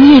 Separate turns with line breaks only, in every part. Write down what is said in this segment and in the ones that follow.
意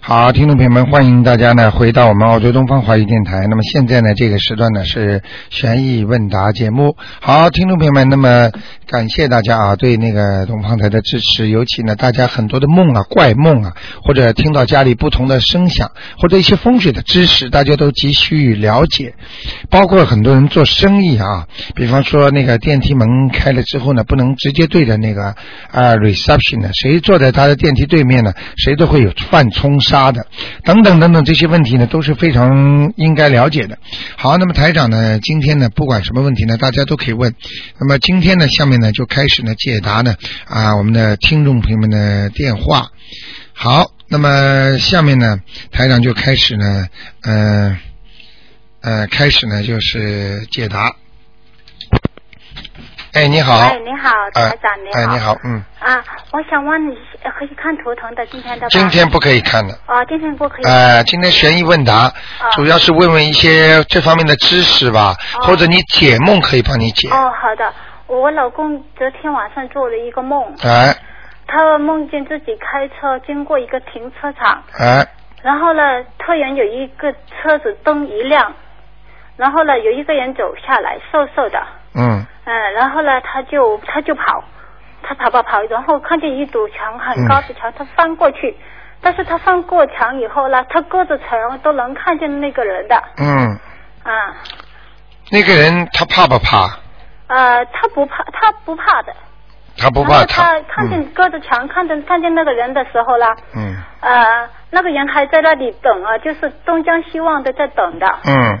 好，听众朋友们，欢迎大家呢回到我们澳洲东方华语电台。那么现在呢，这个时段呢是悬疑问答节目。好，听众朋友们，那么感谢大家啊对那个东方台的支持，尤其呢大家很多的梦啊、怪梦啊，或者听到家里不同的声响，或者一些风水的知识，大家都急需了解。包括很多人做生意啊，比方说那个电梯门开了之后呢，不能直接对着那个啊 reception 呢，谁坐在他的电梯对面呢，谁都会有犯冲杀。杀的，等等等等这些问题呢，都是非常应该了解的。好，那么台长呢，今天呢，不管什么问题呢，大家都可以问。那么今天呢，下面呢就开始呢解答呢啊我们的听众朋友们的电话。好，那么下面呢，台长就开始呢，呃呃，开始呢就是解答。哎，你好。
哎，你好，台长，你好。
哎，你好，嗯。
啊，我想问你，可以看图腾的今天的？
今天不可以看的。
哦，今天不可以。
哎，今天悬疑问
啊
答，主要是问问一些这方面的知识吧，或者你解梦可以帮你解。
啊哦，好的。我老公昨天晚上做了一个梦。
哎。
他梦见自己开车经过一个停车场。
哎。
然后呢，突然有一个车子灯一亮，然后呢，有一个人走下来，瘦瘦的。
嗯。
嗯，然后呢，他就他就跑，他跑跑跑，然后看见一堵墙很高的墙，他翻过去，但是他翻过墙以后呢，他隔着墙都能看见那个人的。
嗯。
啊。
那个人他怕不怕？
呃，他不怕，他不怕的。
他不怕
啊他。他看见隔着墙，看见看见那个人的时候啦。
嗯。
呃，那个人还在那里等啊，就是东张西望的在等的。
嗯。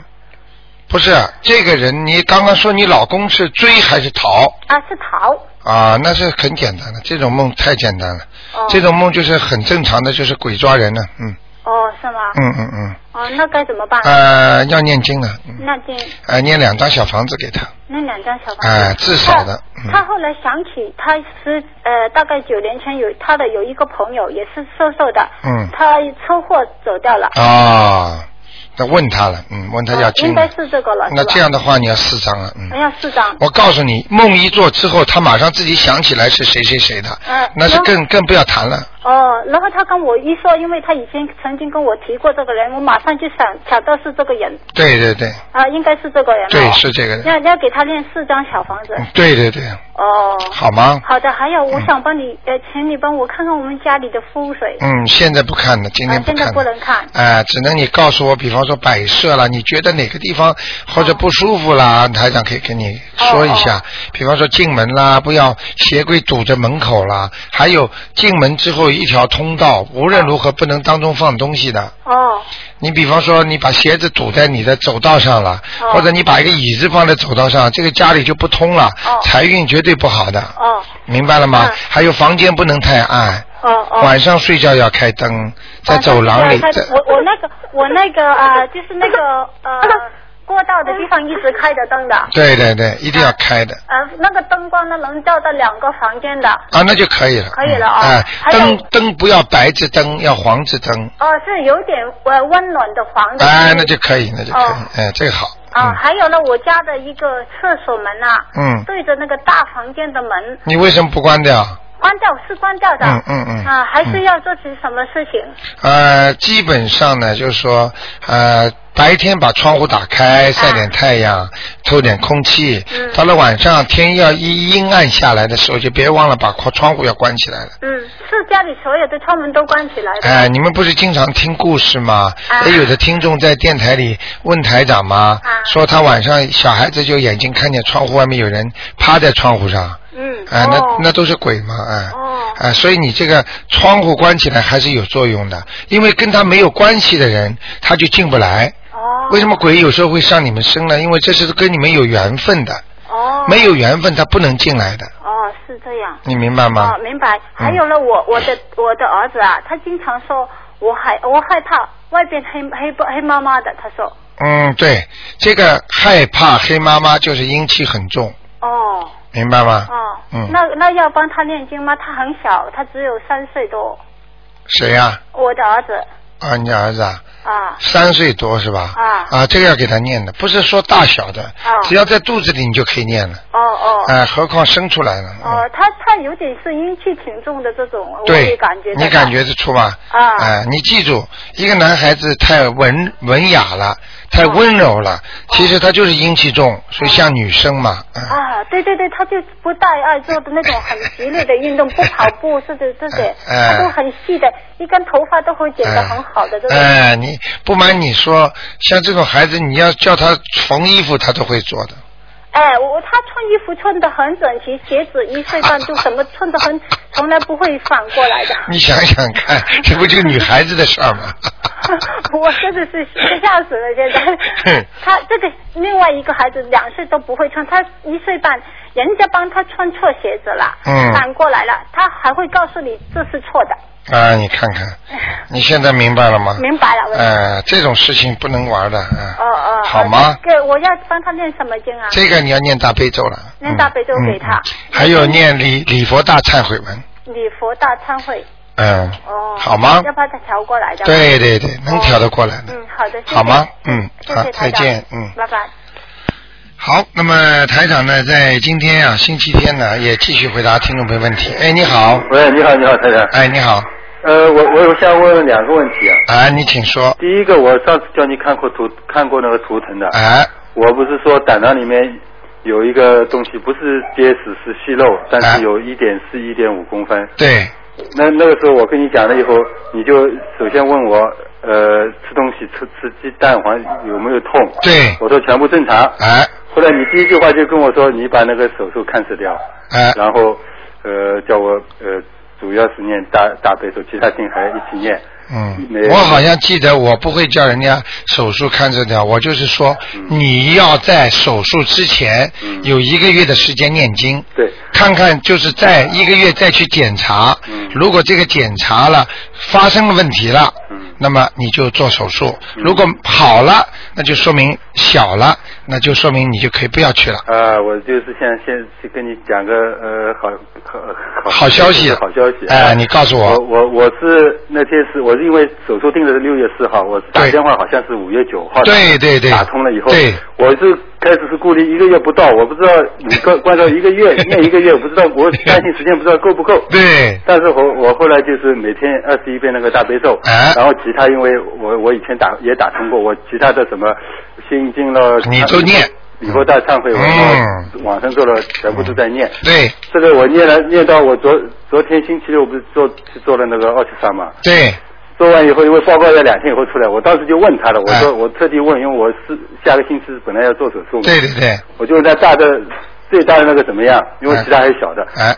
不是这个人，你刚刚说你老公是追还是逃？
啊，是逃。
啊，那是很简单的，这种梦太简单了。
哦。
这种梦就是很正常的，就是鬼抓人了，嗯。
哦，是吗？
嗯嗯嗯。
哦，那该怎么办？
呃，要念经了。
念经。
呃，念两张小房子给他。
那两张小房子。
哎，至少的。
他后来想起，他是呃，大概九年前有他的有一个朋友，也是瘦瘦的。
嗯。
他车祸走掉了。
啊。那问他了，嗯，问他要经、
啊应该是哎这个了。
那这样的话，你要四张了，嗯。
要四张。
我告诉你，梦一做之后，他马上自己想起来是谁谁谁的，
嗯，
那是更更不要谈了。
哦，然后他跟我一说，因为他以前曾经跟我提过这个人，我马上就想想到是这个人。
对对对。
啊，应该是这个人了。
对，是这个人。
要要给他练四张小房子。
对对对。
哦。
好嗯吗？
好的，还有我想帮你，呃，请你帮我看看我们家里的风水。
嗯，现在不看了，今天
啊，现
不看
在
了。
不能看。
哎，只能你告诉我，比方说摆设啦，你觉得哪个地方或
哦
者不舒服啦，台长可以跟你说一下。比方说进门啦，不要鞋柜堵着门口啦，还有进门之后一条通道，无论如何不能当中放东西的。
哦。
你比方说，你把鞋子堵在你的走道上了，
哦
或者你把一个椅子放在走道上，这个家里就不通了，财运绝对不好的。
哦。
明白了吗？还有房间不能太暗。
哦哦。
晚上睡觉要开灯，在走廊里，
啊他
在
我我那个我那个啊、呃就是那个呃过道的地方一直开着灯的。
对对对，一定要开的
呃，那个灯光呢，能照到两个房间的。
啊，那就可以了。
可以了啊
哎、
还有
灯灯不要白炽灯，要黄炽灯。
哦，是有点呃温暖的房子。
哎，那就可以，那就可以。
哦
哎，这个好。
啊、还有呢，我家的一个厕所门呐、
嗯
对着那个大房间的门，
你为什么不关掉？
关掉是关掉的，
嗯嗯嗯
啊，还是
嗯
要做些什么事情？
呃，基本上呢，就是说，呃，白天把窗户打开，
啊
晒点太阳，透点空气。
嗯
到了晚上，天要一阴暗下来的时候，就别忘了把窗窗户要关起来了。
嗯，是家里所有的窗门都关起来的。
哎，你们不是经常听故事吗？也有的听众在电台里问台长吗？说他晚上小孩子就眼睛看见窗户外面有人趴在窗户上。
嗯。
哎，那那都是鬼嘛，哎。哎，所以你这个窗户关起来还是有作用的，因为跟他没有关系的人，他就进不来。为什么鬼有时候会上你们身呢？因为这是跟你们有缘分的。没有缘分，他不能进来的，
哦，是这样。
你明白吗
哦，？明白。还有
嗯
呢，我我的我的儿子啊，他经常说我害我害怕外边黑黑不黑麻麻的，他说。
嗯，对，这个害怕黑妈妈就是阴气很重。
哦
明白吗？
哦，
嗯
那那要帮他念经吗？他很小，他只有三岁多。
谁呀、
我的儿子
啊？你儿子啊？
啊，
三岁多是吧？
啊
这个要给他念的，不是说大小的，
哦
只要在肚子里你就可以念了。
哦哦。
哎、何况生出来了。嗯
哦，他他有点是阴气挺重的这种，哦我
对
也感觉，到
你感觉得出吧？
啊
哎、你记住，一个男孩子太文文雅了，太
哦
温柔了，其实他就是阴气重，所以像女生嘛，嗯
啊，对对对，他就不大爱做的那种很激烈的运动，不跑步，是的，是的，
哎
他都很细的，一根头发都会剪得很好的这种。
哎，你不瞒你说，像这种孩子，你要叫他缝衣服，他都会做的。
哎，我他穿衣服穿得很整齐，鞋子一岁半就什么穿得很，从来不会反过来的。
你想想 看，这不就女孩子的事儿 吗？
我真的是吓死了！现在他这个另外一个孩子两岁都不会穿，他一岁半，人家帮他穿错鞋子了，
嗯
反过来了，他还会告诉你这是错的。
啊，你看看，你现在明白了吗？
明白了，我。
呃，这种事情不能玩的，啊、
哦哦，
好吗？
给我要帮他念什么经啊？
这个你要念大悲咒了，
念大悲咒给他
嗯嗯还有念礼礼佛大忏悔文，
礼佛大忏悔。
嗯，
哦。
好吗
要把他调过来的。。
对对对，能调得过来的，
嗯，好的，谢谢
好吗？嗯，
谢
好
谢，
再
台长
见，嗯。
拜拜。
好，那么台长呢，在今天啊，星期天呢，也继续回答听众朋友问题。哎，你好，
喂，你好，你好，台长。
哎，你好，
呃，我我我想问两个问题啊。
哎，你请说，
第一个，我上次叫你看过图，看过那个图腾的。
哎，
我不是说胆囊里面有一个东西，不是结石，是息肉，但
哎
是有一点四、一点五公分。
对，
那那个时候我跟你讲了以后，你就首先问我，呃，吃东西吃吃鸡蛋黄有没有痛？
对
我说全部正常。
哎，
后来你第一句话就跟我说，你把那个手术 cancel 掉。
哎，
然后呃叫我呃主要是念大大悲咒，其他经还一起念。
嗯
没，有
我好像记得我不会叫人家手术看着掉，我就是说你要在手术之前
嗯
有一个月的时间念经，
对，
看看就是在一个月再去检查
嗯，
如果这个检查了发生了问题了
嗯，
那么你就做手术；
嗯
如果好了，那就说明小了，那就说明你就可以不要去了。
啊，我就是想先去跟你讲个呃好好好
好消息
好消息。啊
哎你告诉我
我我我是那天是我是因为手术定的是六月四号，我打
对
电话好像是五月九号。
对对对
打通了以后，
对
我是开始是顾虑一个月不到，我不知道你关关照一个 月念一个月，我不知道我担心时间不知道够不够。
对，
但是我我后来就是每天二十一遍那个大悲咒，
哎
然后其他因为我我以前打也打通过，我其他的什么心经了，
你都念
礼佛大忏悔文，
嗯
我往生咒了，全部都在念。
对
这个我念了念到我昨昨天星期六不是做去做了那个奥特萨嘛，
对，
做完以后因为报告要两天以后出来，我当时就问他了，我
哎
说我特地问，因为我是下个星期本来要做手术嘛，
对对对，
我就问他大的最大的那个怎么样，因为
哎
其他还有小的，
哎，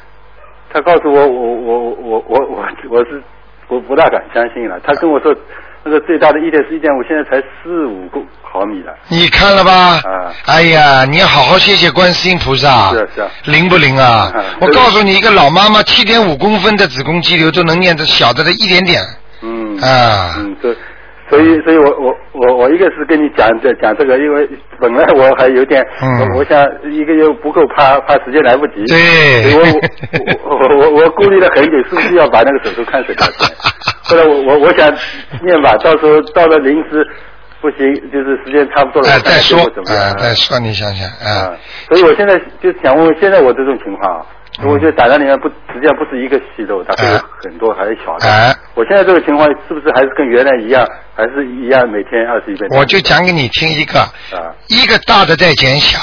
他告诉我，我我我我我我是我不大敢相信了。他跟我说，那个最大的一点是一点五，现在才四五公毫米了。
你看了吧
啊？
哎呀，你要好好谢谢观世音菩萨。
是啊是啊
灵不灵啊
嗯？
我
对
告诉你，一个老妈妈七点五公分的子宫肌瘤都能念得小的的一点点。
嗯
啊嗯
嗯，所以所以所以我我我我一个是跟你讲这讲这个，因为本来我还有点，
嗯
我我想一个月不够，怕怕时间来不及。所
对
以我我我我我我顾虑了很久，是不是要把那个手术看诊掉 钱？后来我我我想念吧，到时候到了临时不行，就是时间差不多了，
哎，
我看
再
看
说
结果怎么样
哎，再说，你想想啊
啊，，所以我现在就想问，现在我这种情况啊，
嗯
我觉得胆囊里面不，实际上不是一个息肉，它会有
哎
很多还是小的。
哎
我现在这个情况是不是还是跟原来一样，还是一样每天二十一遍？
我就讲给你听一个，
啊，
一个大的在减小，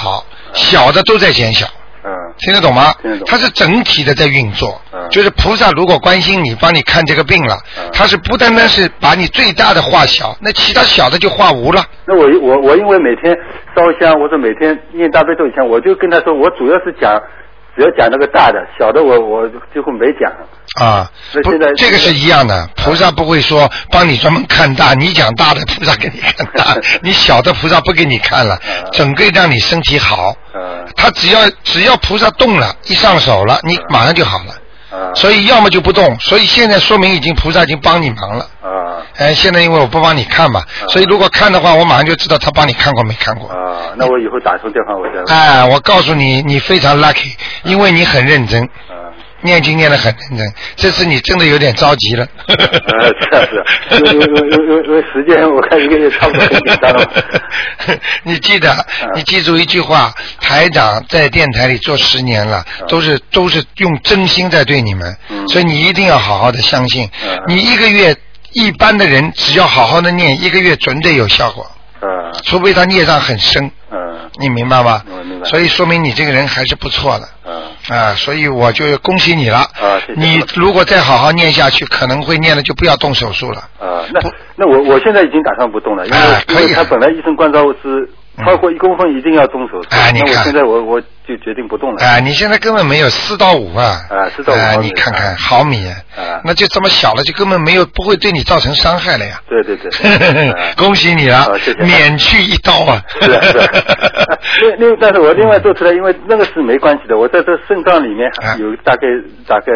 小的都在减小。
嗯
听得懂吗？
啊听得懂
它是整体的在运作，
嗯
就是菩萨如果关心你，帮你看这个病了，
嗯
他是不单单是把你最大的化小，那其他小的就化无了。
那我我我因为每天烧香或者每天念大悲咒以前，我就跟他说，我主要是讲，只要讲那个大的，小的我我几乎没讲。
啊，
那
不
现在，
这个是一样
嗯
的。菩萨不会说帮你专门看大，你讲大的菩萨给你看大， 你小的菩萨不给你看了
嗯，
整个让你身体好。
嗯
他只要只要菩萨动了，一上手了，你马上就好了。
啊
所以要么就不动，所以现在说明已经菩萨已经帮你忙了。
啊
哎，现在因为我不帮你看嘛，
嗯
所以如果看的话，我马上就知道他帮你看过没看过
啊，。那我以后打通电话 我再问。啊
哎，我告诉你，你非常 lucky，因为你很认真，
嗯
念经念得很认真。这次你真的有点着急了。
呃，是啊是啊，因为因为因为因为因为时间我看一个月差不多很紧张了。
你记得，
嗯
你记住一句话，台长在电台里做十年了，都是都是用真心在对你们，
嗯
所以你一定要好好的相信
嗯。
你一个月一般的人，只要好好的念，一个月准得有效果，
嗯
除非他孽障很深，
嗯
你明白吗
我明？白
所以说明你这个人还是不错的。
嗯
啊，所以我就恭喜你了。
啊谢谢
你如果再好好念下去，可能会念了就不要动手术了。
啊，那那我我现在已经打算不动了，因为、
哎可以嗯
因为他本来医生关照我是超过一公分一定要动手术，
哎你
那我
看
现在我我就决定不动了。
啊、你现在根本没有四到五啊！
啊4到5
啊
毫米
你看看毫米，
啊
那就这么小了，就根本没有不会对你造成伤害了呀。
对对对， 啊
恭喜你了，
啊谢谢
免去一刀啊！
是啊 是啊，那那但是我另外做出来，因为那个是没关系的，我在这肾脏里面
啊
有大概大概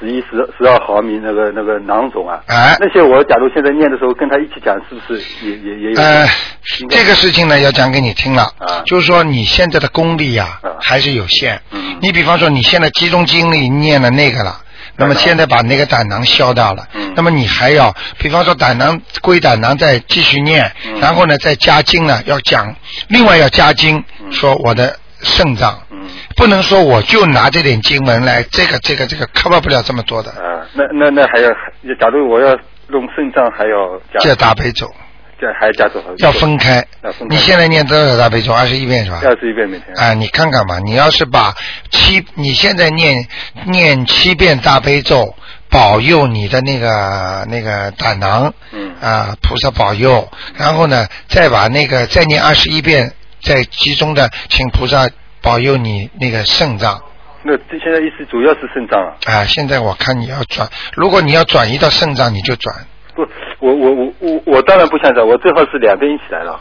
十一十十二毫米那个那个囊肿啊，
哎
那些我假如现在念的时候跟他一起讲，是不是也也也有？
呃，
应该
这个事情呢要讲给你听了，
啊
就是说你现在的功力呀、
啊
还是有限。
嗯
你比方说你现在集中精力念了那个了。那么
胆囊
现在把那个胆囊消掉了，
嗯
那么你还要，比方说胆囊归胆囊再继续念，
嗯
然后呢再加经呢要讲，另外要加经，
嗯
说我的肾脏，
嗯
不能说我就拿这点经文来这个这个这个 cover 不了这么多的，
啊，那那那还要，假如我要弄肾脏，还要加
这大悲咒
这还加多少？
要分开
要分，开
你现在念多少大悲咒？二十一遍是吧？
二十一遍每天。
啊，你看看吧，你要是把七，你现在念念七遍大悲咒，保佑你的那个那个胆囊，
嗯
啊，菩萨保佑，然后呢，再把那个再念二十一遍，再集中的请菩萨保佑你那个肾脏。
那这现在意思主要是肾脏啊。
啊，现在我看你要转，如果你要转移到肾脏，你就转，
不，我我我我我当然不想转，我最好是两边一起来了。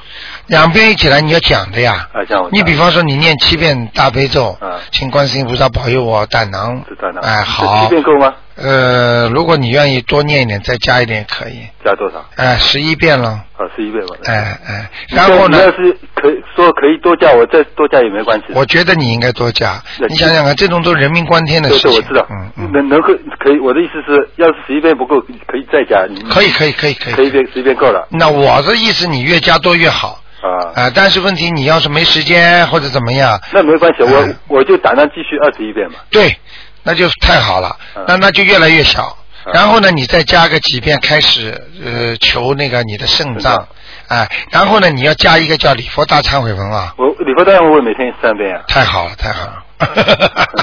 两边一起来，你要讲的呀。
啊，这样我
你比方说，你念七遍大悲咒，
嗯
请观世音菩萨保佑我胆囊
知道了。
哎，
这
好，
七遍够吗？
呃，如果你愿意多念一点，再加一点也可以。
加多少？
哎，十一遍了，
啊，十一遍吧。
哎哎，然后呢
你，要是可以说可以多加，我再多加也没关系。
我觉得你应该多加
那。
你想想看，这种都人命关天的
对
事
对，
情。
我知道。
嗯嗯，
能能够可以，我的意思是，要是十一遍不够，可以再加。你
可以可以可以
可
可
以
以。
遍十一遍够了
那我的意思，你越加多越好。
啊。
啊，但是问题你要是没时间或者怎么样，
那没关系，
嗯
我我就打算继续二十一遍嘛。
对，那就太好了
嗯，
那那就越来越小。
嗯
然后呢，你再加个几遍开始，呃，求那个你的肾脏，哎，然后呢，你要加一个叫礼佛大忏悔文啊，
我礼佛当然我每天三遍啊。
太好了，太好了！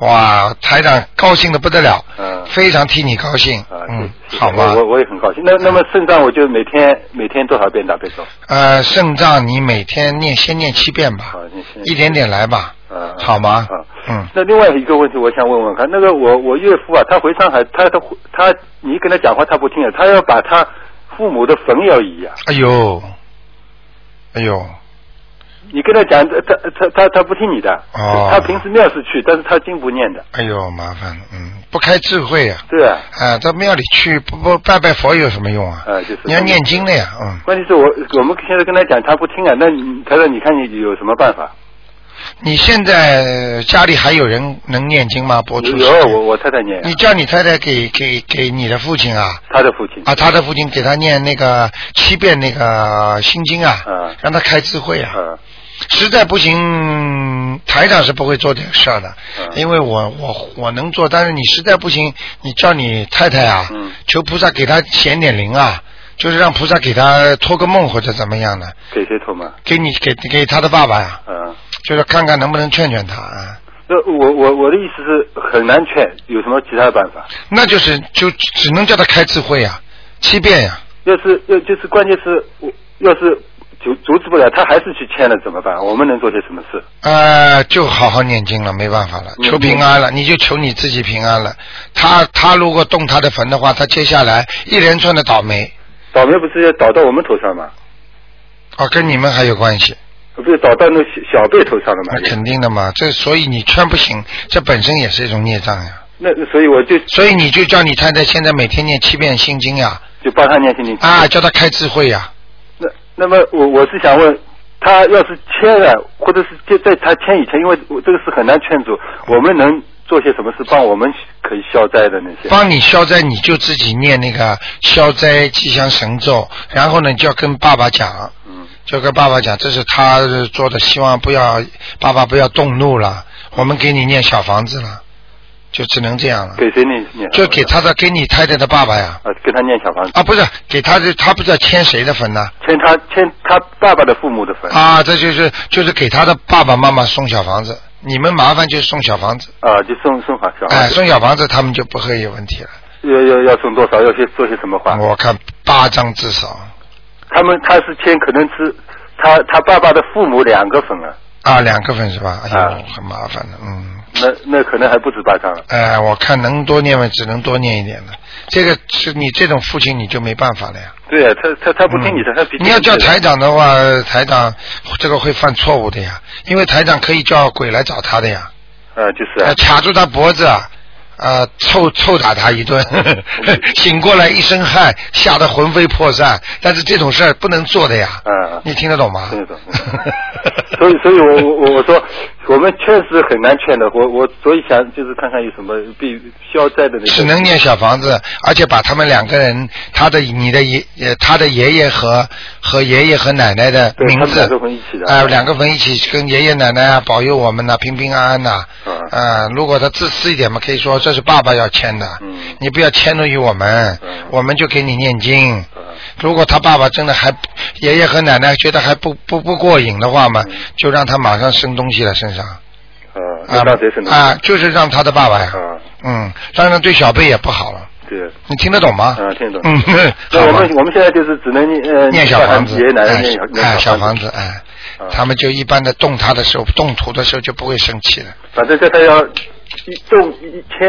哇，台长高兴的不得了，
嗯
非常替你高兴，
啊，
嗯，
谢谢
好吧
我。我也很高兴。那那么肾脏，我就每天每天多少遍大悲咒？
呃，肾脏你每天念，先念七遍吧
好啊念七，遍
一点点来吧，
啊，
好吗
啊？
嗯，
那另外一个问题，我想问问看，那个我我岳父啊，他回上海，他他他，你跟他讲话他不听啊，他要把他父母的坟要移啊，
哎呦，哎呦，
你跟他讲，他他他他不听你的，
哦
他平时庙是去，但是他经不念的，
哎呦，麻烦了，嗯，不开智慧呀、
对啊，
啊，到庙里去不不拜拜佛有什么用啊？
啊就是
你要念经的呀，嗯，
关键是我我们现在跟他讲，他不听啊，那你他说你看你有什么办法？
你现在家里还有人能念经吗？博主，
有我我太太念啊，
你叫你太太给给给你的父亲啊，
他的父亲
啊，他的父亲给他念那个七遍那个心经啊，
嗯
让他开智慧啊。
啊
实在不行，台长是不会做这个事儿的，
嗯
因为我我我能做，但是你实在不行，你叫你太太啊，
嗯
求菩萨给他显点灵啊，就是让菩萨给他托个梦或者怎么样的，
给谁啊头嘛？
给你给给他的爸爸呀、
啊。
就是看看能不能劝劝他啊。
那我我我的意思是很难劝，有什么其他办法？
那就是就只能叫他开智慧呀、七遍呀、
要是要就是关键是我要是阻阻止不了，他还是去签了怎么办？我们能做些什么事？
呃，就好好念经了，没办法了，
嗯
求平安了，你就求你自己平安了。他他如果动他的坟的话，他接下来一连串的倒霉，
倒霉不是要倒到我们头上吗？
哦，跟你们还有关系，
不是倒到那小小辈头上了吗
那？肯定的嘛。这所以你劝不醒，这本身也是一种孽障呀。
那所以我就
所以你就叫你太太现在每天念七遍心经呀，
就帮他念心经。
啊，叫她开智慧呀。
那那么我我是想问，他要是签了，或者是就在他签以前，因为我这个是很难劝阻，我们能做些什么事帮我们可以消灾的那些？
帮你消灾，你就自己念那个消灾吉祥神咒，然后呢，就要跟爸爸讲，就跟爸爸讲，这是他做的，希望不要爸爸不要动怒了，我们给你念小房子了，就只能这样了，
给谁念念？
就给他的给你太太的爸爸呀，
啊，给他念小房子
啊，不是给他的，他不知道牵谁的坟呢、
签他签他爸爸的父母的坟
啊，这就是就是给他的爸爸妈妈送小房子，你们麻烦就送小房子，
啊，就送送好小
哎、
孩，
送小房子他们就不会有问题了。
要要要送多少？要去做些什么话？
我看八张至少
他们他是签，可能是他他爸爸的父母两个坟啊，
啊，两个份是吧？哎呦，
啊
很麻烦的，嗯，
那那可能还不止八张了。啊
哎、我看能多念嘛，只能多念一点了。这个是你这种父亲你就没办法了呀。
对啊，他他他不听你的，他脾气
嗯你要叫
很倔
台
的
长的话，台长这个会犯错误的呀，因为台长可以叫鬼来找他的呀，
啊，就是啊
呃，，卡住他脖子。啊，呃，臭臭打他一顿，
嗯
醒过来一身汗，吓得魂飞魄散。但是这种事儿不能做的呀，
啊，
你听得懂吗？
听得懂。所以，所以我我我我说，我们确实很难劝的。我我所以想就是看看有什么避消灾的那个。
只能念小房子，而且把他们两个人，他的你的爷，呃，他的爷爷和和爷爷和奶奶的
对
名
他们
字，
两个人一起的
哎、两个人一起跟爷爷奶奶啊保佑我们呐、平平安安呐、
嗯
呃如果他自私一点嘛，可以说这是爸爸要签的，
嗯
你不要迁怒于我们，
嗯
我们就给你念经。
啊
如果他爸爸真的还爷爷和奶奶觉得还不不不过瘾的话嘛，
嗯
就让他马上生东西了身上
啊，
啊
那到底是能
啊，就是让他的爸爸呀，
啊，
嗯，当然对小辈也不好了。
对啊，
你听得懂吗？
啊听得懂
嗯，
那
好
我
吧
们我们现在就是只能呃
念小房子，
爷爷奶奶
哎
念小
哎，
念
小
房
房。子，哎
啊，
他们就一般的动他的时候，动土的时候就不会生气了。
反正在他要一动一迁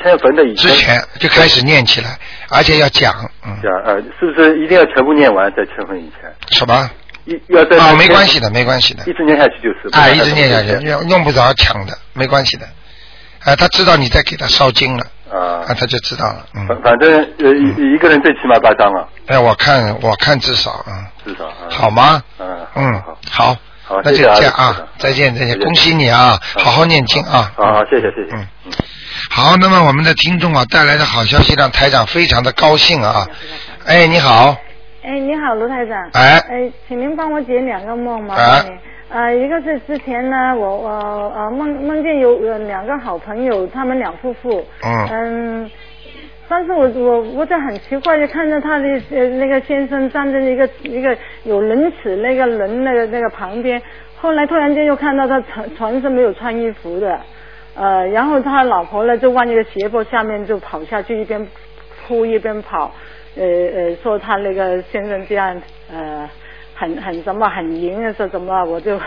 迁坟的以
之前哎就开始念起来，而且要讲，嗯，
讲啊，是不是一定要全部念完再迁坟以前？
什么？
一要在
啊，没关系，的，没关系的
一，直念下去就是。
哎，一
不
直
然他
念下
不会
去，用用不着抢的，没关系的。哎，他知道你在给他烧经了，
啊
啊，，他就知道了，
反
嗯。
反正呃一一个人最起码八张了，
哎，我看我看至少，嗯，
至少。啊
好吗？
嗯
嗯
好，
好
好，
那就
谢谢啊
这样
谢谢
啊
啊，
再见再
再
见，
见
恭喜你啊，
嗯
好好念经啊。
好好，谢谢谢谢。
嗯好，那么我们的听众啊带来的好消息让台长非常的高兴啊。哎，你好，
哎，你好，卢台长。
哎
哎，请您帮我解两个梦，麻
哎
烦您。呃，一个是之前呢，我我呃梦梦见有有两个好朋友，他们两夫妇。
嗯
嗯。但是我我我就很奇怪，就看着他的呃那个先生站在一个一个有轮齿那个轮那个那个旁边，后来突然间又看到他床床是没有穿衣服的，呃，然后他老婆呢就往那个斜坡下面就跑下去，一边哭一边跑，呃呃，说他那个先生这样呃很很什么很赢啊，说什么我就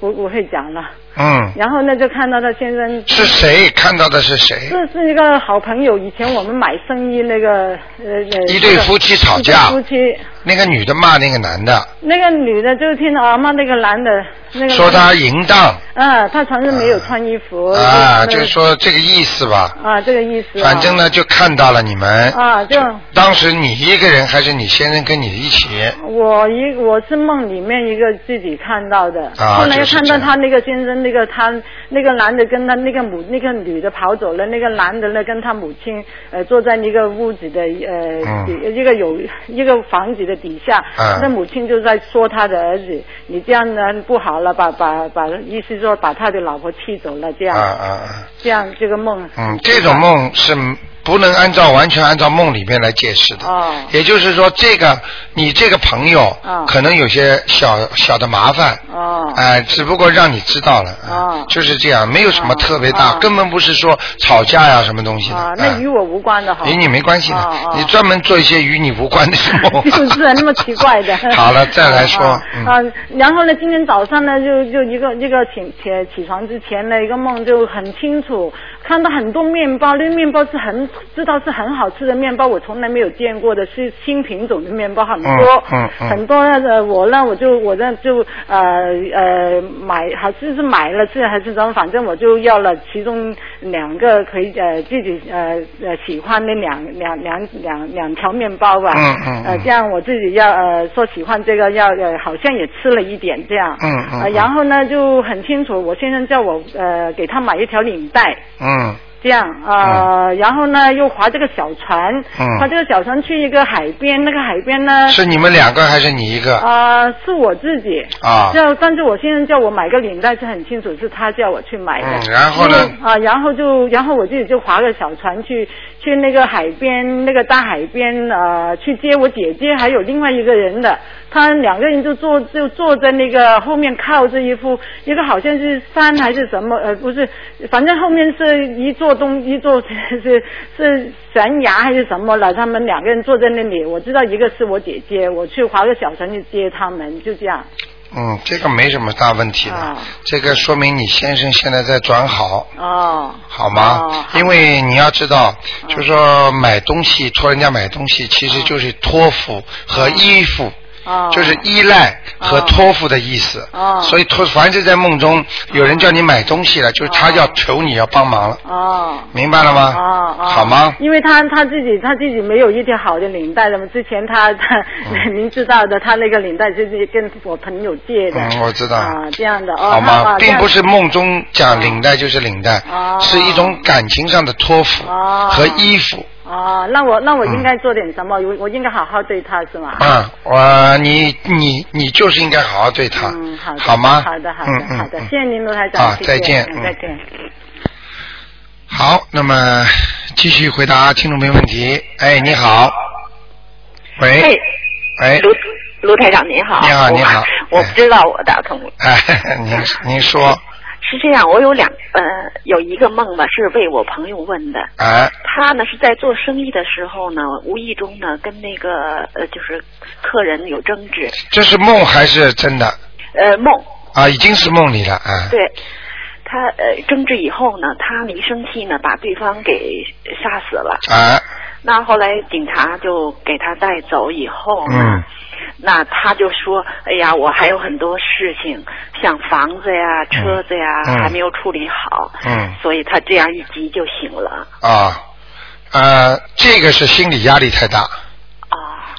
不不会讲了。
嗯，
然后呢就看到他先生
是谁看到的是谁？
这是一个好朋友，以前我们买生意那个呃呃，
一对夫妻吵架
一对夫妻，
那个女的骂那个男的，
那个女的就听到阿妈那个男的，那个男的
说他，淫荡
嗯，他全身没有穿衣服，
啊，
那个
就是说这个意思吧。
啊这个意思啊，
反正呢，就看到了你们。
啊就
当时你一个人还是你先生跟你一起？
我一我是梦里面一个自己看到的，
啊
后来又
就是
看
这
到
样
他那个先生，那个他那个男的跟他那个母那个女的跑走了，那个男的呢跟他母亲呃坐在一个屋子的呃、
嗯
底一个有一个房子的底下，
嗯
那母亲就在说他的儿子，你这样呢不好了，把把把意思说把他的老婆气走了，这
啊
样、
啊啊！
这样这个梦，
嗯，这种梦是不能按照完全按照梦里面来解释的。
哦
也就是说，这个你这个朋友、
啊
可能有些小小的麻烦。
哦
哎、只不过让你知道了，啊
哦
就是这样，没有什么特别
哦
大，
哦
根本不是说吵架呀、什么东西的，
啊
哎
那与我无关的哈，
与你没关系的，
哦哦，
你专门做一些与你无关的梦。
就是那么奇怪的
好了，再来说，
啊
嗯，
啊，然后呢，今天早上呢，就就一个一个起起起床之前呢，一个梦就很清楚，看到很多面包，那个面包是很知道是很好吃的面包，我从来没有见过的，是新品种的面包，很多、
嗯嗯
很多呃，我呢我就我呢就呃呃买，还是是买了是还是怎么，反正我就要了其中两个可以呃自己呃呃喜欢的两两两两两条面包吧，
嗯嗯
呃
嗯
这样我自己要呃说喜欢这个要呃好像也吃了一点这样，
嗯嗯
呃
嗯
然后呢就很清楚，我先生叫我呃给他买一条领带。
嗯
这样啊、呃然后呢又划这个小船，
嗯
划这个小船去一个海边，那个海边呢，
是你们两个还是你一个？
啊、是我自己，
啊
就但是我先生叫我买个领带是很清楚是他叫我去买的，
嗯然后呢
因为啊、然后就然后我自己就划个小船去去那个海边那个大海边呃去接我姐姐还有另外一个人的，他两个人就坐就坐在那个后面靠着一副一个好像是山还是什么呃不是，反正后面是一座东一座 是是悬崖还是什么了，他们两个人坐在那里，我知道一个是我姐姐，我去划个小船去接他们，就这样。
嗯，这个没什么大问题的，
啊
这个说明你先生现在在转好，
哦，
好吗？
哦嗯
因为你要知道，就说买东西托人家买东西，其实就是托付和依附。
嗯哦，嗯
就是依赖和托付的意思，
哦嗯
所以托凡是在梦中有人叫你买东西了，就是他要求你要帮忙了，
哦。
明白了吗？
哦哦，
好吗？
因为他他自己他自己没有一条好的领带的嘛，之前他他、
嗯
明知道的，他那个领带就是跟我朋友借的。
嗯，我知道。
啊，这样的哦，
好
他
吗？
啊
并不是
这样
梦中讲领带就是领带，
哦
是一种感情上的托付
哦
和依附。
哦，那我那我应该做点什么？我我应该好好对他是吗？
嗯啊，我你你你就是应该好好对他，
嗯，好的，
吗？
好的，好
嗯
的，
嗯
好的，
嗯
谢谢您，卢台长
啊，
谢谢
再见
嗯
嗯
再见。
好，那么继续回答听众朋友问题。哎，你好，喂，
哎，
喂，
卢卢台长您好，
你好
我
你好
我
哎
不知道我打通了。
哎， 您您说，
是这样，我有两呃有一个梦吧，是为我朋友问的。
哎，
他呢是在做生意的时候呢，无意中呢跟那个呃就是客人有争执，
这是梦还是真的
呃梦
啊？已经是梦里了啊。
对。他呃争执以后呢，他呢一生气呢，把对方给杀死了。
哎，
那后来警察就给他带走以后呢，
嗯
那他就说：“哎呀，我还有很多事情，像房子呀、车子呀，
嗯
还没有处理好。”
嗯
所以他这样一急就醒了
啊，呃，这个是心理压力太大，
啊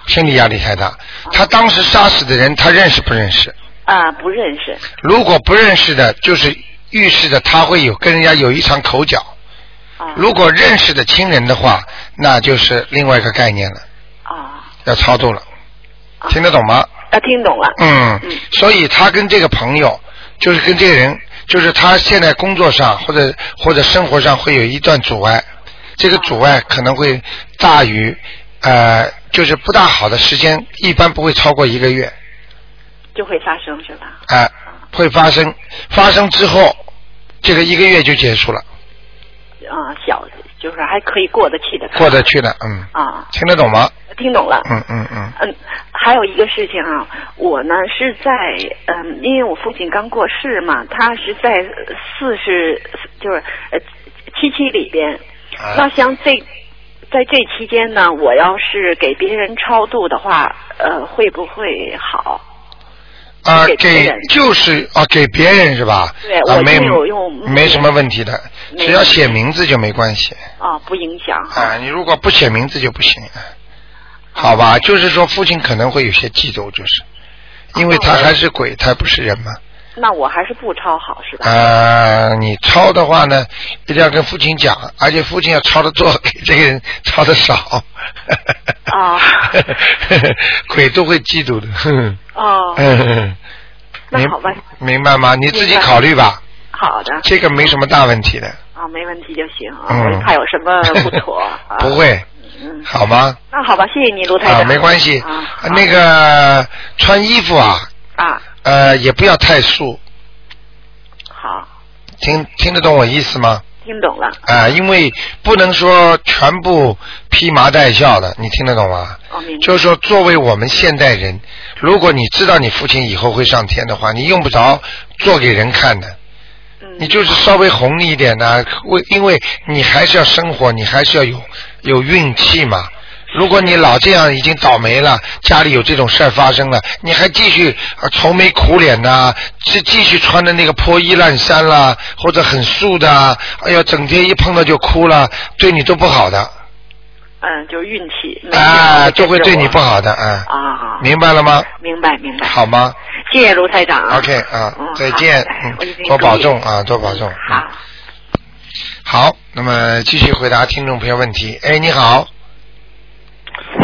心理压力太大。他当时杀死的人，他认识不认识？
啊，不认识
如果不认识的，就是预示着他会有跟人家有一场口角；
啊
如果认识的亲人的话，那就是另外一个概念了，
啊
要操作了。
啊
听得懂吗？
啊，听懂了
嗯
嗯，
所以他跟这个朋友，就是跟这个人，就是他现在工作上或者或者生活上会有一段阻碍，这个阻碍可能会大于，呃，就是不大好的时间，一般不会超过一个月，
就会发生是吧？
哎、会发生，发生之后，这个一个月就结束了，
啊，小就是还可以过得去的，
过得去了，嗯，
啊，
听得懂吗？
听懂了。
嗯嗯嗯，
嗯，还有一个事情啊，我呢是在嗯，因为我父亲刚过世嘛，他是在四十，就是呃七七里边。那
啊
像这在这期间呢，我要是给别人超度的话，呃，会不会好？
啊，
呃给别
给
人
就是啊，给别人是吧？
对
啊，
我
没
就有用
没什么问题的，
没
只要写名字就没关系。
啊，不影响哈。
啊，你如果不写名字就不行，啊好
哦
吧？就是说父亲可能会有些嫉妒，就是因
哦
为他还是鬼，他不是人嘛。
那我还是不超好是吧？
啊，你抄的话呢，一定要跟父亲讲，而且父亲要抄的多， 给这个人抄的少。
啊
鬼都会嫉妒的。哼
哦，
嗯，
那
明
好吧
明白吗？啊你自己
明白
考虑吧，
好的
这个没什么大问题的。
啊，没问题就行啊。
嗯，
怕有什么不妥 啊？
不。会，
嗯，
好吗？
那好吧，谢谢你，卢台
啊，
长。
没关系。
啊，好
那个穿衣服啊，
啊，
呃，也不要太素，
好，
听听得懂我意思吗？
听懂了。
啊、因为不能说全部披麻戴孝的，你听得懂吗？
哦，明白。
就是说，作为我们现代人，如果你知道你父亲以后会上天的话，你用不着做给人看的，你就是稍微红一点呢、为因为你还是要生活，你还是要有有运气嘛。如果你老这样已经倒霉了，家里有这种事儿发生了，你还继续呃愁眉苦脸呐、继继续穿的那个破衣烂衫啦，或者很素的啊，哎呀，整天一碰到就哭了，对你都不好的，
嗯，就是运气。没
啊，
想到
就会对你不好的，
这是我。
啊，
啊，
明白了吗？
明白明白。
好吗
谢谢卢台长啊。
？OK 啊
嗯，
再见
好哎，我已
嗯
经
多保
注意
重啊，多保重。
好，
好，那么继续回答听众朋友问题。哎，你好，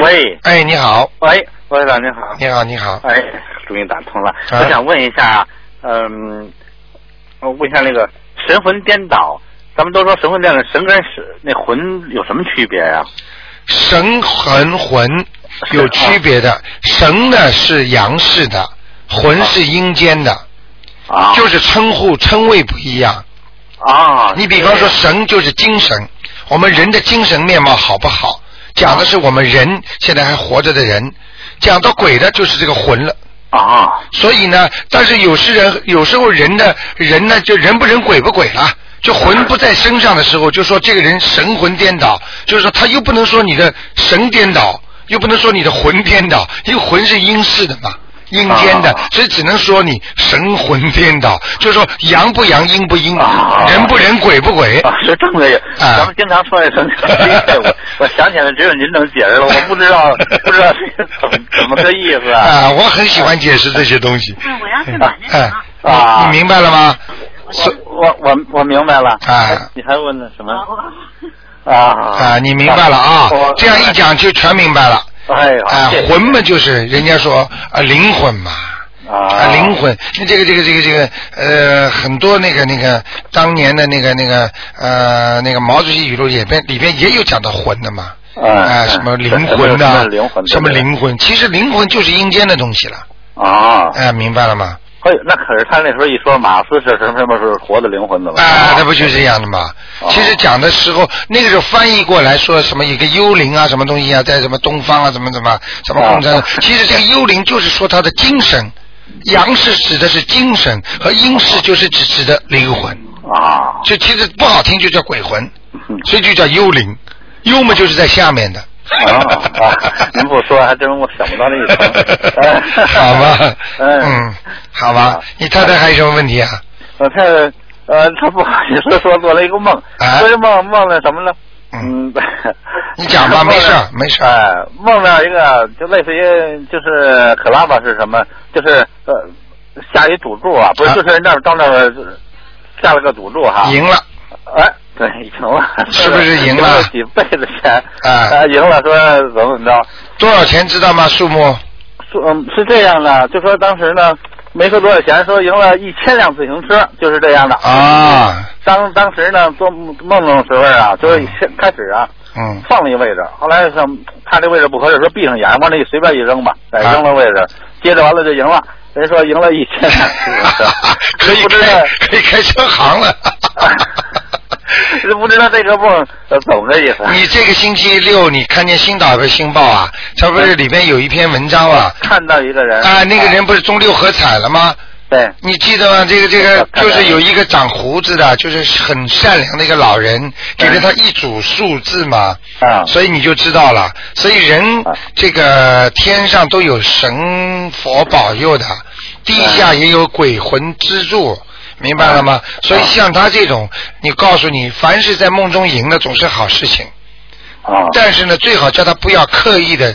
喂
哎，你好，
喂，罗台长你好，
你好，你好，
哎，终于打通了，
啊
我想问一下，嗯，我问一下那个神魂颠倒，咱们都说神魂颠倒，神跟神那魂有什么区别呀、
神和魂有区别的，神呢是阳世的，魂是阴间的，
啊？
就是称呼称谓不一样。
啊，
你比方说神就是精神，我们人的精神面貌好不好，讲的是我们人现在还活着的人，讲到鬼的就是这个魂了。
啊，
所以呢，但是有时人有时候人的人呢，就人不人鬼不鬼了。就魂不在身上的时候，就说这个人神魂颠倒，就是说他又不能说你的神颠倒，又不能说你的魂颠倒，因为魂是阴世的嘛，阴间的，
啊
所以只能说你神魂颠倒，就是说阳不阳，阴不阴，
啊
人不人，鬼不鬼。
啊，是这么个，
哎啊
咱们经常说的神魂颠倒， 我我想起来只有您能解释了，我不知道不知道是怎么怎么个意思啊？
啊，我很喜欢解释这些东西。
嗯，我要是买
买
那
哎
什么，，
啊
你你明白了吗？
我我我我明白了，哎
啊
你还问的什么？
我
啊
啊，你明白了啊
我？
这样一讲就全明白了。
哎呀，
啊
谢谢，
魂嘛，就是人家说啊，灵魂嘛。
啊
啊，灵魂，那这个这个这个这个，呃，很多那个那个当年的那个那个呃那个毛主席语录里边里边也有讲到魂的嘛，
嗯
啊，
嗯
什么灵魂呐
什么灵魂，
什么灵魂，其实灵魂就是阴间的东西了，
啊，
哎，明白了吗？
哎，那可是他那时候一说马斯是什么什么是活的灵魂的嘛？
啊，那不就是这样的吗？
哦
其实讲的时候，那个时候翻译过来说什么一个幽灵啊，什么东西啊，在什么东方啊，怎么怎么什么空中
哦
其实这个幽灵就是说他的精神，阳是指的是精神，和阴是就是指指的灵魂。
啊，
就其实不好听就叫鬼魂，
嗯
所以就叫幽灵。幽嘛就是在下面的。
啊啊！您不说还真我想不到那一层。哎
好吧，
嗯
嗯，，好吧
啊，
你太太还有什么问题啊？
我太太呃，
嗯
她不好意思说做了一个 梦，
啊
做一个梦梦了什么呢？
嗯
嗯，
你讲吧
梦了
没事儿没事儿
哎，梦到一个就类似于就是可拉巴是什么？就是呃下一赌注啊，不是
啊
就是那儿到那儿下了个赌注哈，
赢了，
哎，对，赢了，
是不是赢了
了几倍的钱？
哎
呃赢了说怎么怎么着？
多少钱知道吗？数目？
说嗯是这样的，就说当时呢没说多少钱，说赢了一千辆自行车，就是这样的。
啊，
当当时呢做梦梦中的时候啊，就是先开始啊
嗯，
放了一位置，后来想看这位置不合适，说闭上眼往那一随便一扔吧，哎
啊，
扔了位置，接着完了就赢了。人说赢了一千辆自行车
可以
不知道
开可以开车 行了。
不知道这个梦呃怎么个意思？
你这个星期六你看见《新岛》和《新报》啊？这不是里边有一篇文章啊？
看到一个人哎
啊，那个人不是中六合彩了吗？
对
你记得吗？这个这个
我看
就
到
是有一个长胡子的，就是很善良的一个老人，给了他一组数字嘛，
啊
所以你就知道了。所以人
啊
这个天上都有神佛保佑的，地下也有鬼魂资助。明白了吗？
啊
所以像他这种，你告诉你，凡是在梦中赢的总是好事情。
啊
但是呢，最好叫他不要刻意的。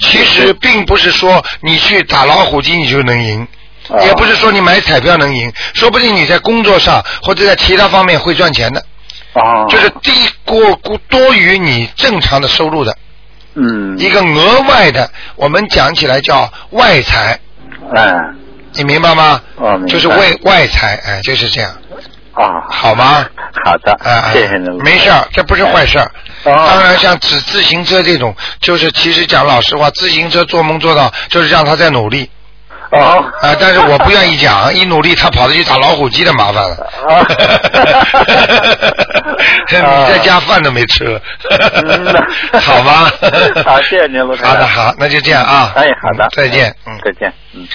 其实并不是说你去打老虎机你就能赢，
啊
也不是说你买彩票能赢，说不定你在工作上或者在其他方面会赚钱的，
啊，
就是低过过多于你正常的收入的
嗯
一个额外的，我们讲起来叫外财，
哎
你明白吗？
哦明白
就是外外财，哎，就是这样，
啊
好吗？
好的，
啊，
谢谢您，
没事儿，这不是坏事儿。
哦
当然，像自自行车这种，就是其实讲老实话，自行车做梦做到，就是让他在努力。
哦
啊，但是我不愿意讲，一努力他跑着去打老虎机的 麻烦
啊
了。 你在家饭都没吃， 好吗？
嗯 好，谢谢您，卢台
好
长
的，好，那就这样啊。
哎，好的，
再见，嗯，
再见，嗯。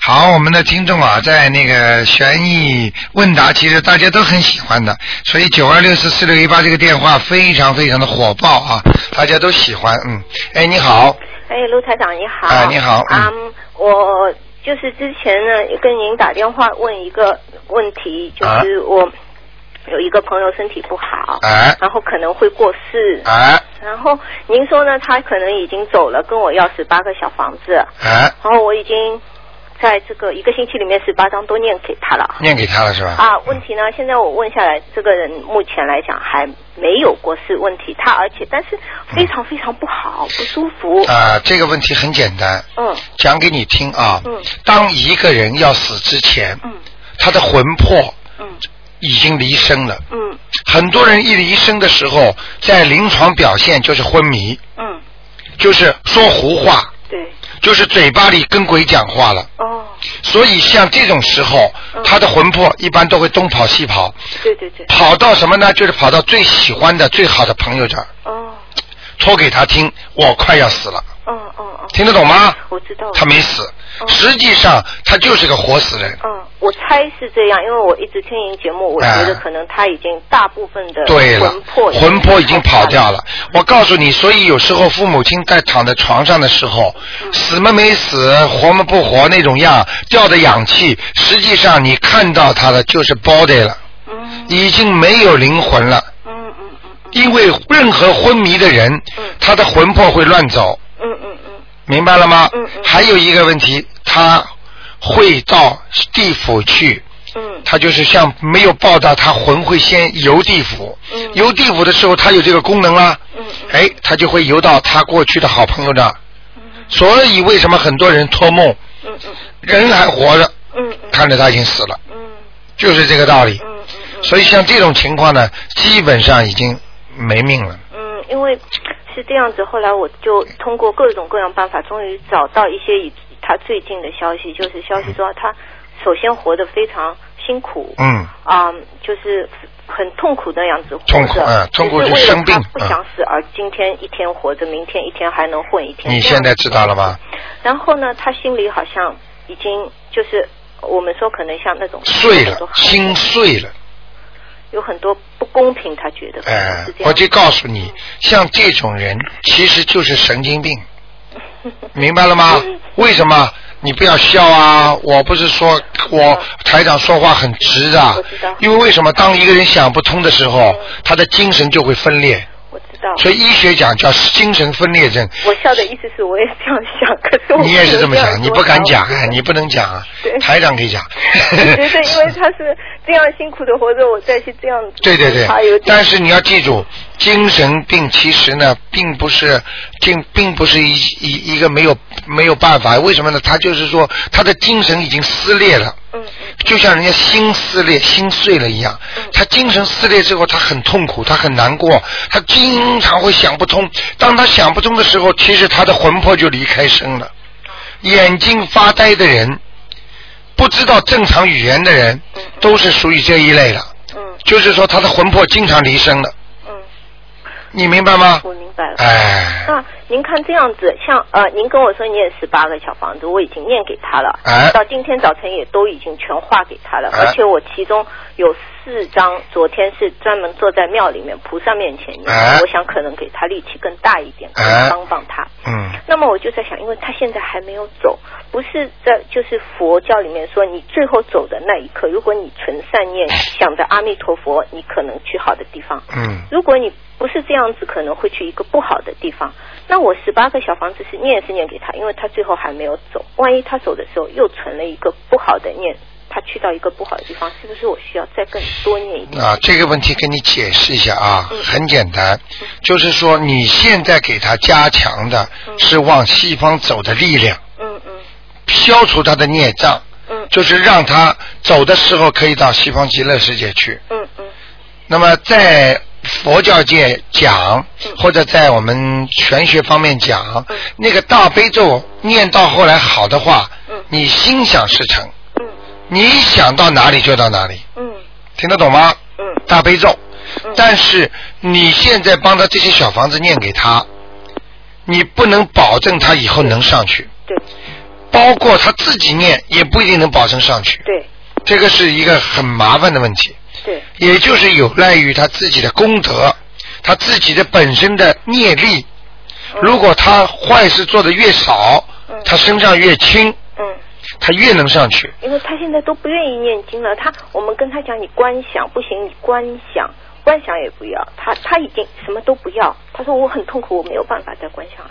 好，我们的听众啊，在那个悬疑问答，其实大家都很喜欢的，所以九二六四四六一八这个电话非常非常的火爆啊，大家都喜欢。嗯，哎，你好，
哎，卢台长你好。
啊你好嗯
啊、我就是之前呢跟您打电话问一个问题，
啊
就是我有一个朋友身体不好，
哎
然后可能会过世，
哎
然后您说呢，他可能已经走了，跟我要十八个小房子，
哎，
然后我已经在这个一个星期里面十八张都念给他了。
念给他了是吧？
啊，问题呢？现在我问下来，这个人目前来讲还没有过世问题，他而且但是非常非常不好，不舒服。
啊，这个问题很简单，
嗯
讲给你听啊。
嗯
当一个人要死之前，
嗯
他的魂魄
嗯
已经离身了。
嗯
很多人一离身的时候，在临床表现就是昏迷，
嗯，
就是说胡话，
对，
就是嘴巴里跟鬼讲话了。
哦，
所以像这种时候，
嗯
他的魂魄一般都会东跑西跑，
对对对，
跑到什么呢？就是跑到最喜欢的、最好的朋友这儿，
哦，
说给他听，我快要死了，
嗯嗯嗯，
听得懂吗？
我知道了。
他没死，
嗯
实际上他就是个活死人。
嗯，我猜是这样，因为我一直听您节目，我觉得可能他已经大部分的
对了
魂魄，
魂魄已经跑掉
了。
了。我告诉你，所以有时候父母亲在躺在床上的时候，
嗯
死么没死，活么不活那种样，吊着氧气，实际上你看到他的就是 body 了，
嗯
已经没有灵魂了。
嗯嗯嗯
因为任何昏迷的人，他的魂魄会乱走，
嗯嗯嗯，
明白了吗？
嗯嗯
还有一个问题，他会到地府去，
嗯
他就是像没有报道，他魂会先游地府，
嗯
游地府的时候，他有这个功能啦，
嗯
哎，他就会游到他过去的好朋友那儿。所以为什么很多人托梦，
嗯嗯
人还活着，
嗯嗯
看着他已经死了，
嗯
就是这个道理。
嗯嗯。
所以像这种情况呢，基本上已经没命了。
嗯，因为是这样子，后来我就通过各种各样办法，终于找到一些与他最近的消息，就是消息说他首先活得非常辛苦，
嗯，
啊、就是很痛苦那样子活着，
痛苦嗯痛苦
就是
就
为
生
了
病
他不想死而今天一天活着，明天一天还能混一天。
你现在知道了吧？
嗯然后呢，他心里好像已经就是我们说可能像那种
碎
有
了
很多，
心碎了。
有很多不公平，他觉得可能
哎
是这，样
我就告诉你，像这种人其实就是神经病，明白了 吗？为什么？你不要笑啊！我不是说我台长说话很直的
我知道，嗯
因为为什么？当一个人想不通的时候，他的精神就会分裂，
我知道。
所以医学讲叫精神分裂症。
我笑的意思是，我也这样想，可是我
你也是这么想，你不敢讲，
没有
哎，你不能讲啊
对，
台长可以讲。
这样说我觉得因为他是这样辛苦的活着，我再去这样子，
对对对
他有，点
但是你要记住，精神病其实呢，并不是，并并不是一一一个没有没有办法，为什么呢？他就是说，他的精神已经撕裂了，
嗯
就像人家心撕裂、心碎了一样。他精神撕裂之后，他很痛苦，他很难过，他经常会想不通。当他想不通的时候，其实他的魂魄就离开身了。
嗯
眼睛发呆的人，不知道正常语言的人，都是属于这一类了。
嗯
就是说他的魂魄经常离身了，
嗯，
你明白吗？
我明白了。
哎，
那您看这样子，像呃，您跟我说念十八个小房子，我已经念给他了，
哎
到今天早晨也都已经全画给他了，
哎
而且我其中有四张，昨天是专门坐在庙里面菩萨面前念，
哎
我想可能给他力气更大一点，可
哎
以帮帮他。
嗯，
那么我就在想，因为他现在还没有走，不是在就是佛教里面说，你最后走的那一刻，如果你存善 念，想着阿弥陀佛，你可能去好的地方。
嗯
如果你不是这样子，可能会去一个不好的地方。那我十八个小房子是念是念给他，因为他最后还没有走。万一他走的时候又存了一个不好的念，他去到一个不好的地方，是不是我需要再更多念一点？
啊，这个问题跟你解释一下啊，
嗯
很简单，就是说你现在给他加强的是往西方走的力量，
嗯嗯
消除他的孽障，
嗯
就是让他走的时候可以到西方极乐世界去。
嗯嗯
那么在佛教界讲，
嗯
或者在我们玄学方面讲，那个大悲咒念到后来好的话，
嗯
你心想事成，你想到哪里就到哪里，听得懂吗？
嗯
大悲咒，但是你现在帮他这些小房子念给他，你不能保证他以后能上去，
对，
包括他自己念也不一定能保证上去，
对，
这个是一个很麻烦的问题。
对，
也就是有赖于他自己的功德，他自己的本身的业力。
嗯
如果他坏事做的越少，他身上越轻，
嗯
他越能上去。
因为他现在都不愿意念经了。他我们跟他讲，你观想不行，你观想，观想也不要。他他已经什么都不要。他说我很痛苦，我没有办法再观想了。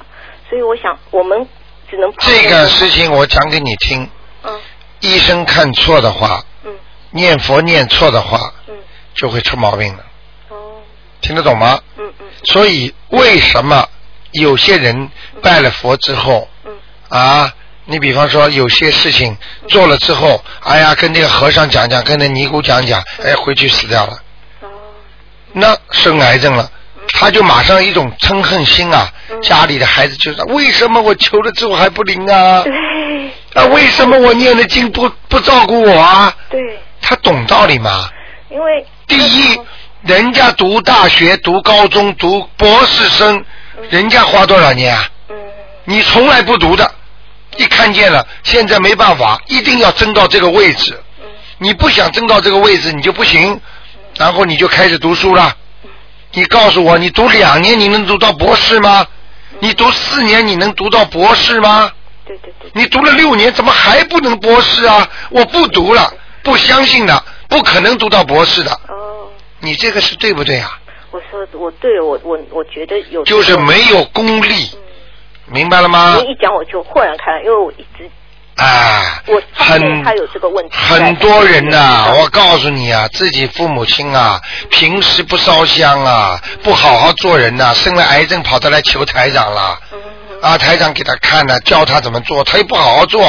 所以我想，我们只能
这个事情我讲给你听。
嗯。
医生看错的话，
嗯，
念佛念错的话，嗯，就会出毛病的。哦。听得懂吗？
嗯嗯。
所以为什么有些人拜了佛之后，嗯，啊，你比方说有些事情做了之后，哎呀，跟那个和尚讲讲，跟那尼姑讲讲，哎，回去死掉了。哦。嗯那生癌症了。他就马上一种嗔恨心啊，家里的孩子就是为什么我求了之后还不灵啊？啊，为什么我念的经不不照顾我啊？
对，
他懂道理吗？
因为
第一，人家读大学、读高中、读博士生，人家花多少年啊？你从来不读的，一看见了，现在没办法，一定要争到这个位置。你不想争到这个位置，你就不行，然后你就开始读书了。你告诉我，你读两年你能读到博士吗？你读四年你能读到博士吗？你读了六年，怎么还不能博士啊？我不读了，不相信的，不可能读到博士的。你这个是对不对啊？
我说我对我我我觉得有
就是没有功力，明白了吗？
您一讲我就豁然开朗，因为我一直
啊，
我发现
很
他有这个问题在。
很多人呐、我告诉你啊，自己父母亲啊，平时不烧香啊，不好好做人呐、生了癌症跑到来求台长了，啊，台长给他看了、教他怎么做，他又不好好做，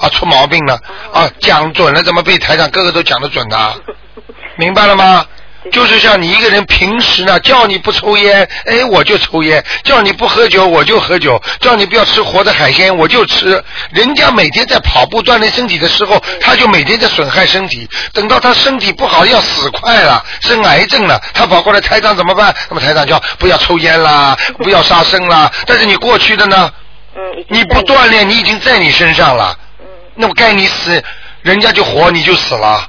啊，出毛病了，啊，讲准了怎么被台长个个都讲得准呐、明白了吗？就是像你一个人平时呢，叫你不抽烟，哎，我就抽烟；叫你不喝酒，我就喝酒；叫你不要吃活的海鲜，我就吃。人家每天在跑步锻炼身体的时候，他就每天在损害身体。等到他身体不好要死快了，生癌症了，他跑过来台长怎么办？那么台长叫不要抽烟啦，不要杀生啦。但是你过去的呢？你不锻炼，你已经在你身上了。那么该你死，人家就活，你就死了。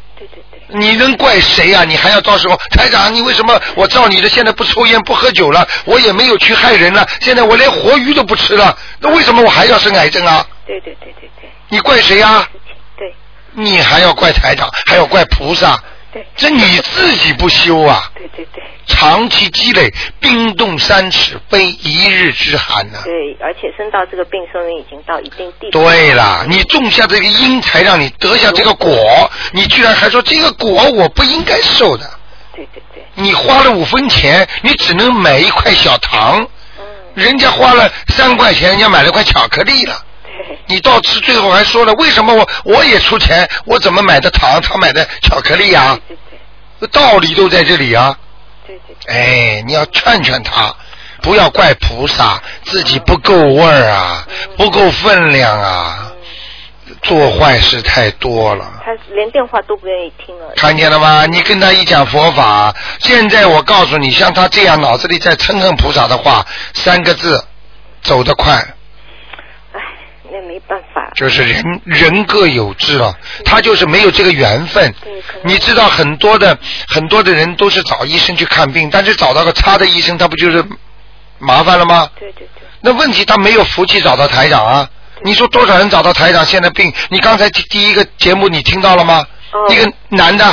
你能怪谁啊呀、你还要到时候台长，你为什么我照你的现在不抽烟不喝酒了，我也没有去害人了，现在我连活鱼都不吃了，那为什么我还要生癌症啊？
对对对对对
你怪谁呀、
对，
你还要怪台长，还要怪菩萨，
对
这你自己不修啊！
对对对
长期积累，冰冻三尺，非一日之寒呐、
对，而且生到这个病，说明已经到一定地步。
对啦，你种下这个因，才让你得下这个果，你居然还说这个果我不应该受的。
对对对，
你花了五分钱，你只能买一块小糖，
嗯
人家花了三块钱，人家买了块巧克力了。你到吃最后还说了，为什么我我也出钱，我怎么买的糖，他买的巧克力啊？道理都在这里啊。哎，你要劝劝他，不要怪菩萨，自己不够味儿啊，不够分量啊，做坏事太多了。
他连电话都不愿意听了。嗯
看见了吗？你跟他一讲佛法，现在我告诉你，像他这样脑子里在嗔恨菩萨的话，三个字，走得快，
那没办法，
就是人人各有志了。他就是没有这个缘分。你知道很多的很多的人都是找医生去看病，但是找到个差的医生，他不就是麻烦了吗？
对对对，
那问题他没有福气找到台长啊！你说多少人找到台长现在病？你刚才第第一个节目你听到了吗？一个男的，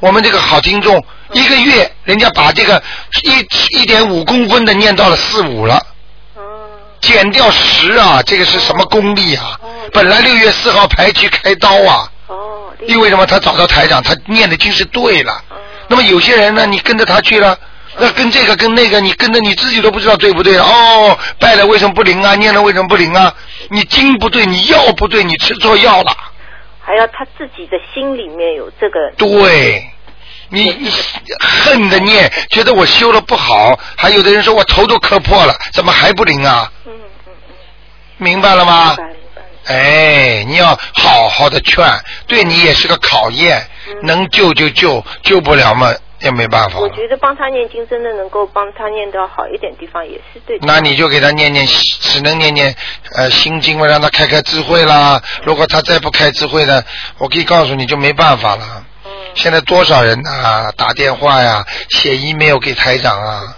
我们这个好听众，一个月人家把这个一一点五公分的念到了四五了，减掉十啊，这个是什么功力啊？本来六月四号排期开刀啊，因为什么？他找到台长，他念的经是对了。那么有些人呢，你跟着他去了。那跟这个跟那个，你跟着你自己都不知道对不对哦。拜了为什么不灵啊？念了为什么不灵啊？你经不对，你药不对，你吃错药了。
还要他自己的心里面有这个。
对，你你恨的念，觉得我修的不好，还有的人说我头都磕破了，怎么还不灵啊？嗯明白了吗？哎，你要好好的劝，对你也是个考验，能救就救，救不了嘛也没办法
我。觉得帮他念经真的能够帮他念到好一点地方，也是 对的。
那你就给他念念，只能念念呃心经了，让他开开智慧啦。如果他再不开智慧呢，我可以告诉你就没办法了。现在多少人啊，打电话呀、写 email 给台长啊，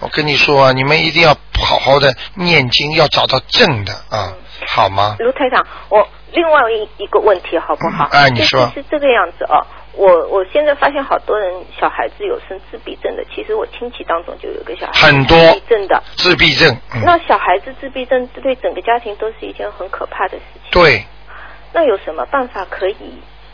我跟你说、啊，你们一定要好好的念经，要找到正的啊，好吗？
卢台长，我另外一一个问题好不好？
哎你说
就是是这个样子哦。我我现在发现好多人小孩子有生自闭症的，其实我亲戚当中就有一个小孩
很多
自闭症的。
自闭症，嗯，
那小孩子自闭症对整个家庭都是一件很可怕的事情。
对，
那有什么办法可以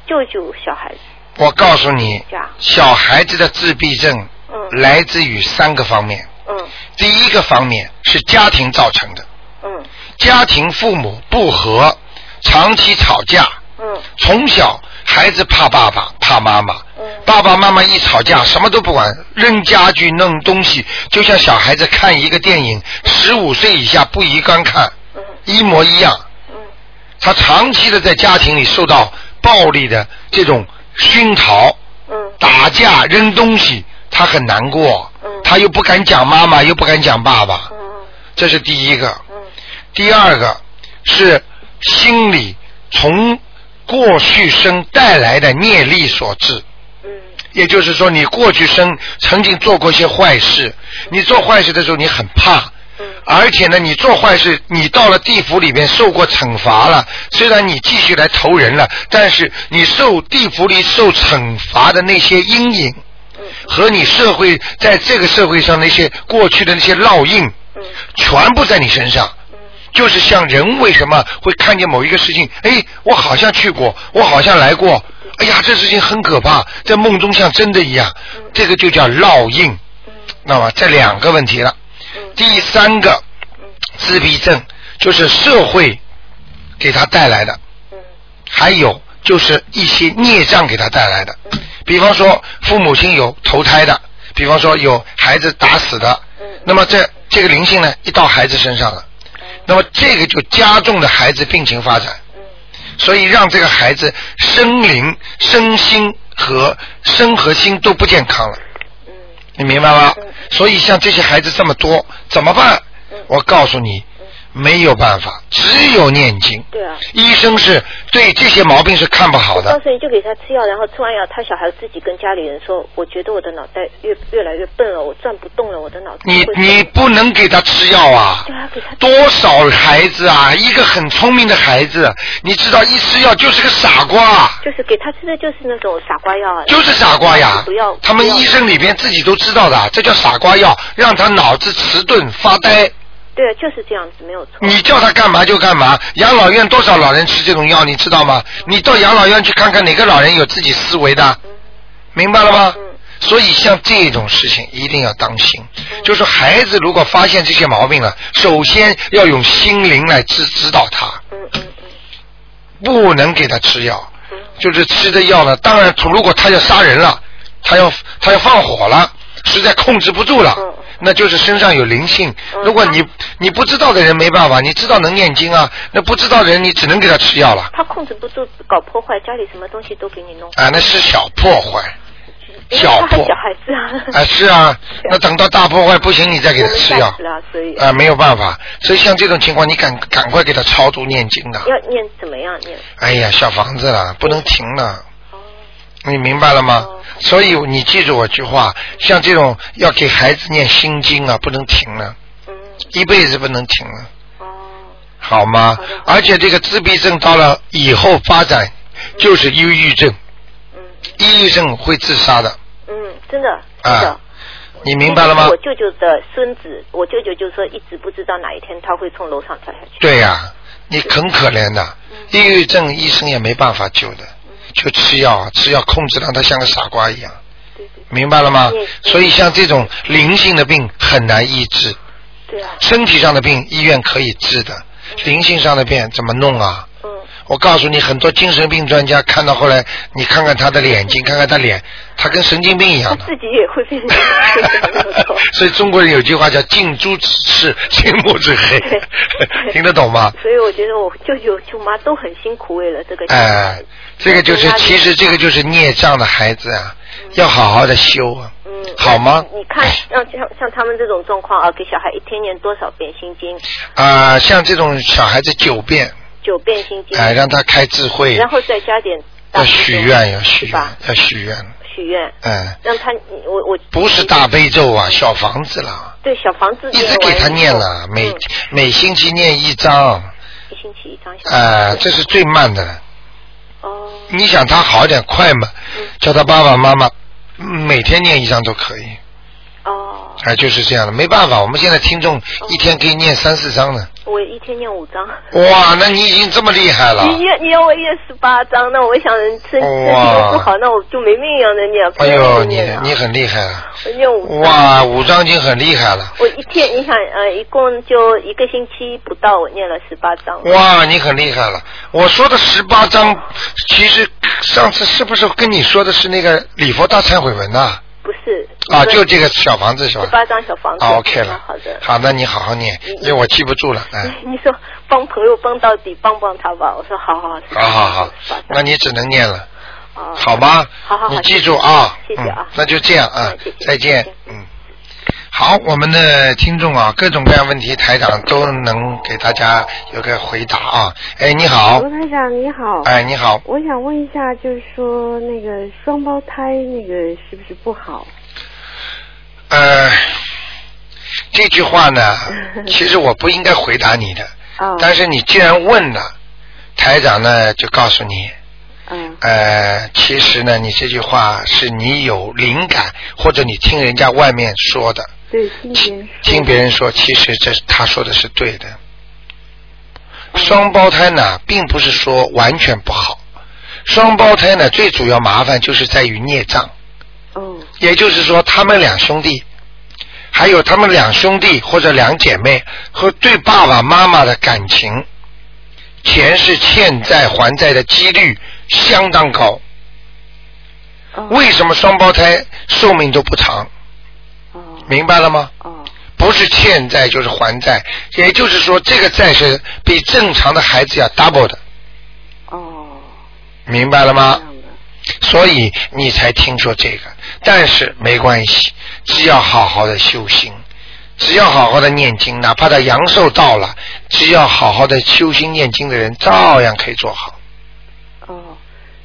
救救小孩子？
我告诉你
家，
小孩子的自闭症
嗯
来自于三个方面。
嗯
第一个方面是家庭造成的，
嗯
家庭父母不和，长期吵架，
嗯
从小孩子怕爸爸怕妈妈，
嗯
爸爸妈妈一吵架什么都不管，扔家具弄东西，就像小孩子看一个电影，十五岁以下不宜观看，
嗯
一模一样。
嗯
他长期的在家庭里受到暴力的这种熏陶，
嗯
打架扔东西，他很难过，
嗯
他又不敢讲妈妈，又不敢讲爸爸，
嗯
这是第一个。
嗯
第二个是心理从过去生带来的业力所致。
嗯
也就是说，你过去生曾经做过一些坏事，你做坏事的时候你很怕，而且呢，你做坏事，你到了地府里面受过惩罚了，虽然你继续来投人了，但是你受地府里受惩罚的那些阴影，和你社会在这个社会上那些过去的那些烙印，全部在你身上。就是像人为什么会看见某一个事情，哎，我好像去过，我好像来过，哎呀，这事情很可怕，在梦中像真的一样，这个就叫烙印。那么这两个问题了，第三个自闭症就是社会给他带来的，还有就是一些孽障给他带来的，比方说父母亲有投胎的，比方说有孩子打死的，那么这这个灵性呢，一到孩子身上了，那么这个就加重了孩子病情发展，所以让这个孩子身灵、身心和身和心都不健康了，你明白吗？所以像这些孩子这么多，怎么办？我告诉你，没有办法，只有念经。
对啊。
医生是对这些毛病是看不好
我告
的。
诉你，就给他吃药，然后吃完药，他小孩自己跟家里人说：“我觉得我的脑袋越越来越笨了，我转不动了，我的脑子
你
会动
你不能给他吃药啊！
对啊，给他
多少孩子啊，一个很聪明的孩子，你知道一吃药就是个傻瓜，
就是给他吃的就是那种傻瓜药啊，
就是傻瓜呀
不要。
他们医生里边自己都知道的，这叫傻瓜药，让他脑子迟钝发呆。
对，就是这样子，没有错。
你叫他干嘛就干嘛。养老院多少老人吃这种药，你知道吗？你到养老院去看看哪个老人有自己思维的，明白了吗？所以像这种事情一定要当心，就是孩子如果发现这些毛病了，首先要用心灵来指指导他，不能给他吃药，就是吃的药呢。当然，如果他要杀人了，他要他要放火了，实在控制不住了，那就是身上有灵性。如果你你不知道的人没办法，你知道能念经啊，那不知道的人你只能给他吃药了
他控制不住，搞破坏，家里什么东西都给你弄，
啊，那是小破坏，
因为哎他
小
还
破
小孩子啊，
啊 是啊，那等到大破坏不行，你再给
我
他
们
吃
吓
药
死了，所以
啊，没有办法。所以像这种情况，你赶赶快给他超度念经的。
要念怎么样念？
哎呀，小房子了，不能停了。你明白了吗？所以你记住我句话，像这种要给孩子念心经啊，不能停了，一辈子不能停了，好吗？而且这个自闭症到了以后发展就是忧郁症，抑郁症会自杀的
嗯，真的，真的。
啊，你明白了吗
我？舅舅的孙子，我舅舅就说一直不知道哪一天他会从楼上跳下去。
对呀、你很可怜的，
嗯
抑郁症医生也没办法救的，就吃药啊，吃药控制让他像个傻瓜一样，明白了吗
嗯？
所以像这种灵性的病很难医治，
对啊，
身体上的病医院可以治的，灵性上的病怎么弄啊？
嗯
我告诉你，很多精神病专家看到后来，你看看他的 眼睛，看看他脸，他跟神经病一样的。
自己也会变成这 样没有错
所以中国人有句话叫“近朱之赤，近墨之黑”， 听得懂吗？
所以我觉得我舅舅舅妈都很辛苦，为了这个小
哎
孩。，
这个就是
有压，力
其实这个就是孽障的孩子啊，要好好的修啊，
嗯，
好吗？哎
你看，像像像他们这种状况啊，给小孩一天念多少遍心经，
啊、像这种小孩子九遍，
九遍心经，
哎，让他开智慧，
然后再加点大
要
悲咒
许愿，要许
是
愿
吧，
要许愿，
许愿，
哎，
让他我我
不是大悲咒啊，小房子啦，
对小房子
一直
完
给他
以
念
后
了，每、
嗯
每星期念一章，
一星期一张小
哎，
房
这
子，
是最慢的了。
哦，嗯
你想他好点快嘛？叫他爸爸妈妈每天念一章都可以，
哦，
哎，就是这样的，没办法，我们现在听众一天可以念三四章呢。
我一天念五张。
哇，那你已经这么厉害了。
你要你要我念十八章，那我想身身体
哇
又不好，那我就没命一样的念。不
哎
要
呦，
再
你
嗯念了
你很厉害了，
我念五章。
哇，五张已经很厉害了，
我一天，你想，呃，一共就一个星期不到，我念了十八章。
哇，你很厉害了。我说的十八张，其实上次是不是跟你说的是那个礼佛大忏悔文呐、
不是。
啊？就这个小房子是吧
十？八嗯张小房子。
啊，OK 了，
好的。
好，那你好好念，因为我记不住了，哎。
你说帮朋友帮到底，帮帮他吧。我说好好。
好好好
十八，章
那你只能念了，
哦
好吗？
好好好
你记住啊，
谢谢谢谢啊
嗯那就这样啊
嗯谢，谢
再见
再见，
嗯。好，我们的听众啊，各种各样问题，台长都能给大家有个回答啊。哎，你好
卢，台长你好，
哎，你好，
我想问一下，就是说那个双胞胎那个是不是不好？
呃，这句 话呢，其实我不应该回答你的，
啊、
但是你既然问了，台长呢就告诉你，
嗯
呃，其实呢，你这句话是你有灵感，或者你听人家外面说的，
对，听别人说
听别人说，其实这是他说的是对的。双胞胎呢，并不是说完全不好，双胞胎呢，最主要麻烦就是在于孽障，
哦
也就是说，他们两兄弟，还有他们两兄弟或者两姐妹和对爸爸妈妈的感情，前世欠债还债的几率相当高。
哦
为什么双胞胎寿命都不长？
哦
明白了吗？
哦
不是欠债就是还债，也就是说这个债是比正常的孩子要 double 的，
哦，
明白了
这
吗？
样的
所以你才听说这个，但是没关系，只要好好的修心，只要好好的念经，哪怕他阳寿到了，只要好好的修心念经的人，照样可以做好。
哦。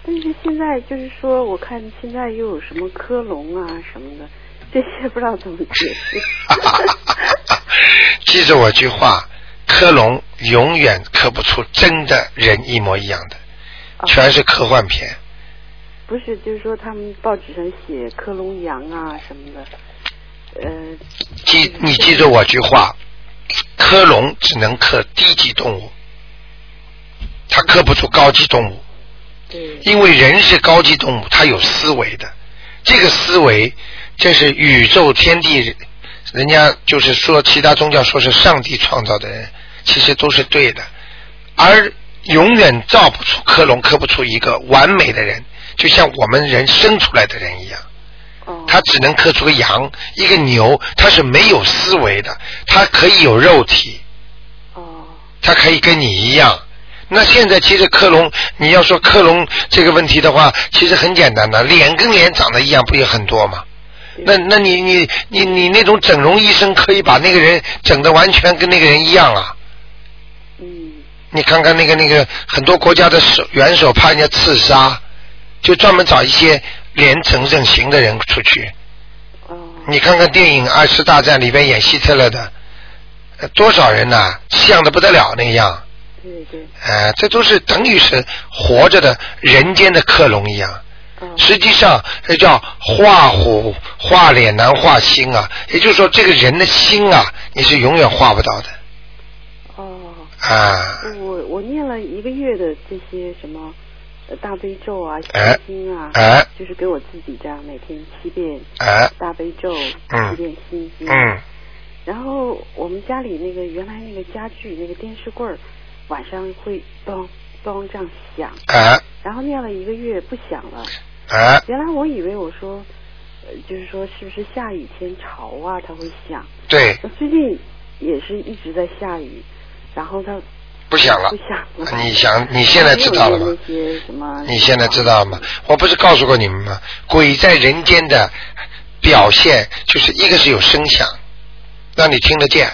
但是现在就是说，我看现在又有什么科隆啊什么的，这些不知道怎么解释。
记住我句话，克隆永远刻不出真的人一模一样的，
哦
全是科幻片。
不是，就是说他们报纸上写科隆羊啊什么的，呃，
记你记住我句话，克隆只能克低级动物，它克不出高级动物，
对，
因为人是高级动物，它有思维的。这个思维，这是宇宙天地，人家就是说其他宗教说是上帝创造的人，其实都是对的。而永远造不出克隆，刻不出一个完美的人，就像我们人生出来的人一样。
哦，
他只能刻出个羊，一个牛，他是没有思维的，他可以有肉体，
哦，
他可以跟你一样。那现在其实克隆，你要说克隆这个问题的话，其实很简单的，脸跟脸长得一样，不也很多吗？
对
那那你你你你那种整容医生可以把那个人整的完全跟那个人一样啊？
嗯，
你看看那个那个很多国家的手元首怕人家刺杀，就专门找一些脸整整形的人出去。
哦，
你看看电影《二次大战》里边演希特勒的，呃多少人呐、像的不得了那样。
对对，
哎、这都是等于是活着的人间的克隆一样。
哦，
实际上，这叫画虎画脸难画心啊。也就是说，这个人的心啊，你是永远画不到的
哦，
啊。
我我念了一个月的这些什么呃大悲咒啊、心
哎
经啊，
哎
就是给我自己这样每天七遍
哎，
大悲咒，
嗯
七遍心经。
嗯，
然后我们家里那个原来那个家具那个电视柜儿，晚上会嘣咚这样响，
哎
然后念了一个月不响了。
哎，
原来我以为我说，呃就是说是不是下雨天潮啊，它会响。
对，
我最近也是一直在下雨，然后它
不响了
不响了。
你想你现在知道了吗
还有一些那些什么？
你现在知道了吗？我不是告诉过你们吗？鬼在人间的表现，就是一个是有声响，让你听得见；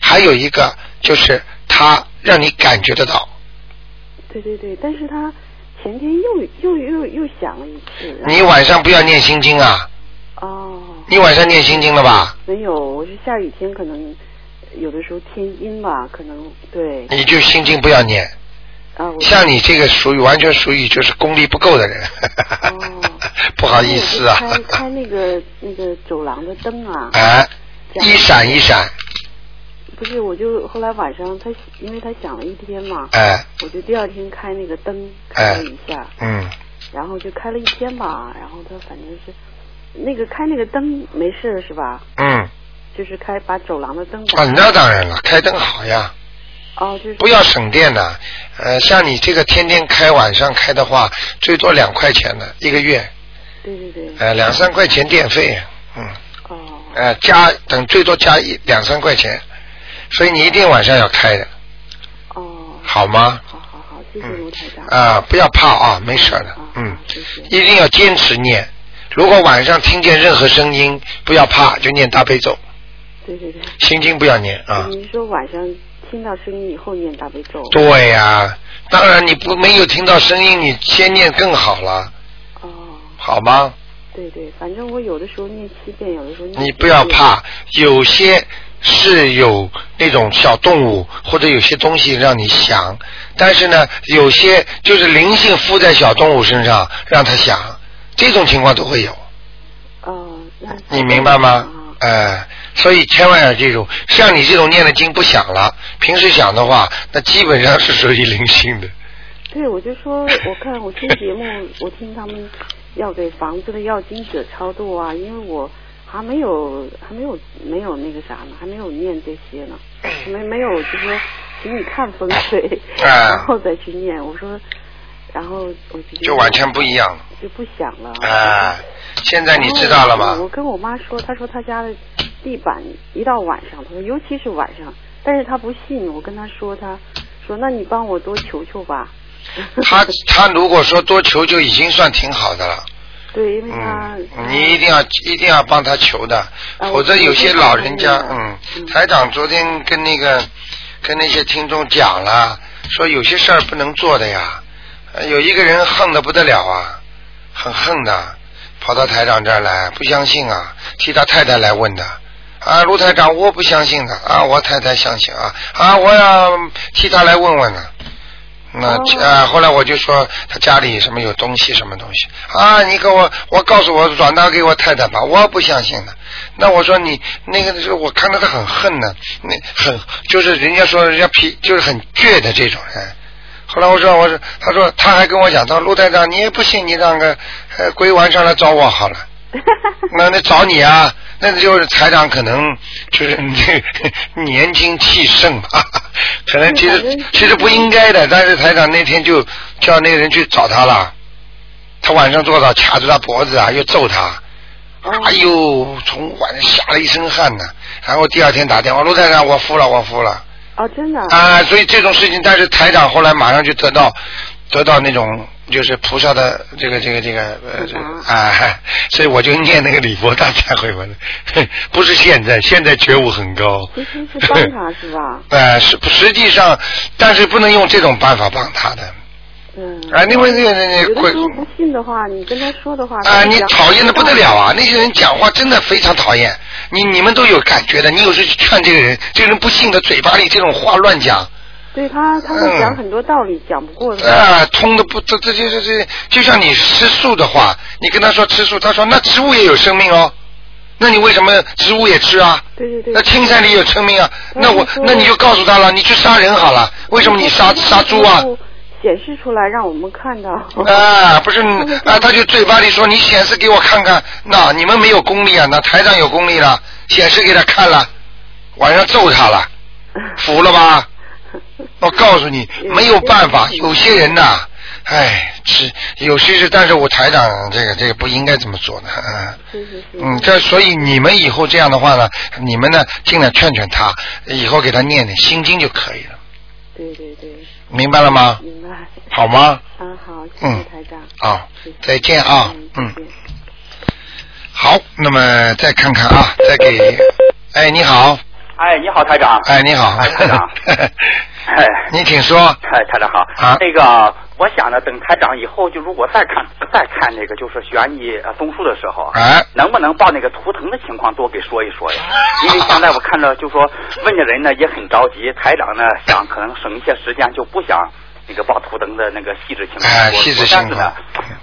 还有一个就是它让你感觉得到。
对对对，但是它前天又又又又响了一次。然后
你晚上不要念心经啊！
哦。
你晚上念心经了吧？
没有，我是下雨天，可能有的时候天阴吧，可能对
你就心经不要念。
啊，我
像你这个属于完全属于就是功力不够的人， 不好意思啊
哦我，就开开那个那个走廊的灯啊，
哎，
这样
一闪一闪，
不是，我就后来晚上他因为他响了一天嘛，
哎，
我就第二天开那个灯开了一下，
嗯，
然后就开了一天吧，然后他反正是那个开那个灯没事儿是吧？
嗯，
就是开把走廊的灯打
啊，那当然了，开灯好呀，
哦，就是
不要省电呐，呃，像你这个天天开晚上开的话，最多两块钱呢，一个月，
对对对，
呃，两三块钱电费，嗯，
哦
呃，加等最多加一两三块钱，所以你一定晚上要开的，
哦，
好吗？
好好好，谢谢卢台长，
啊，不要怕啊，没事
哦
的，嗯，一定要坚持念。如果晚上听见任何声音，不要怕，就念大悲咒，
对对对，
心经不要念啊。
您说晚上听到声音以后念大悲咒，
对呀、当然你不没有听到声音，你先念更好了，
哦，
好吗？
对对，反正我有的时候念七遍，有的时候念
你
九
不要
遍
怕，有些是有那种小动物或者有些东西让你想，但是呢，有些就是灵性附在小动物身上让它想，这种情况都会有。
哦，那哦
你明白吗？哎、所以千万要记住，像你这种念的经不响了，平时响的话，那基本上是属于灵性的。
对，我就说，我看我听节目，我听他们要给房子的要经者超度啊，因为我还没有还没有没有那个啥呢，还没有念这些呢，没没有就说请你看风 水，
啊
然后再去念。我说，然后我就
就完全不一样了
就不想了。
哎、现在你知道了
然后
吗
我？跟我妈说，她说她家的地板一到晚上，她说尤其是晚上，但是她不信。我跟她说，她说那你帮我多求求吧。
他他如果说多求就已经算挺好的了，
对，因为她、
嗯，你一定要一定要帮他求的，
呃哦
否则有些老人家，嗯，台长昨天跟那个跟那些听众讲了，说有些事儿不能做的呀，呃有一个人横的不得了啊，很横的，跑到台长这儿来，不相信啊，替他太太来问的。啊，卢台长，我不相信的啊，我太太相信啊啊，我要替他来问啊问呢、那、啊，后来我就说他家里什么有东西什么东西啊，你给我，我告诉我转达给我太太吧，我不相信的。那我说你那个时候我看到他很恨呢，那很就是人家说人家皮就是很倔的这种人。后来我说我说，他说他还跟我讲，他说陆台长你也不信，你让个呃鬼玩上来找我好了。那那找你啊，那就是台长可能就是 年轻气盛吧， 可能其实其实不应该的，但是台长那天就叫那个人去找他了，他晚上坐到卡住他脖子啊，又揍他，哎呦，从晚上吓了一身汗呢、然后第二天打电话，陆台长我服了，我服了。
哦，真的
啊，所以这种事情，但是台长后来马上就得到得到那种就是菩萨的这个这个这个呃这个啊，所以我就念那个礼佛大忏悔文， 不是现在，现在觉悟很高。
其实是帮她是吧？
呃，实实际上，但是不能用这种办法帮他的。
嗯。
啊，另外那个那
有
个
的
鬼
时候不信的话，你跟她说的话，
啊，
她
你
讲
讨厌的不得了啊！那些人讲话真的非常讨厌。你你们都有感觉的，你有时去劝这个人，这个人不信的，嘴巴里这种话乱讲，
对她，她会讲很多道理，讲不过的。
嗯啊，通的不，这这这这这，就像你吃素的话，你跟他说吃素，他说那植物也有生命哦，那你为什么植物也吃啊？
对对对。
那青山里有生命啊，那我
说
那你就告诉他了，你去杀人好了，为什么你杀杀猪啊？？
显示出来让我们看到。
啊，不是啊，他就嘴巴里说你显示给我看看，那你们没有功力啊，那台长有功力了，显示给他看了，晚上揍他了，服了吧？我告诉你，
嗯
没有办法，有些人呐、哎，是有些是，但是我台长这个这个不应该这么做的，嗯。嗯，这所以你们以后这样的话呢，你们呢尽量劝劝他，以后给他念念心经就可以了，
对对对，
明白了吗？
明白。
好吗？
啊，好，谢
嗯
谢台长。
啊，再见啊，嗯。好，那么再看看啊，再给，哎，你好，
哎，你好，台长。
哎，你好，
哎，台长。哎，
你请说。
哎，台长好。
啊
那个，我想呢，等台长以后就如果再看再看那个就是悬疑呃综述的时候，
哎，
能不能把那个图腾的情况多给说一说 呀？因为现在我看着就说问的人呢也很着急，台长呢想可能省一些时间就不想。那个报图腾的那个细致情况，
哎
我
细致
我
情
但是呢，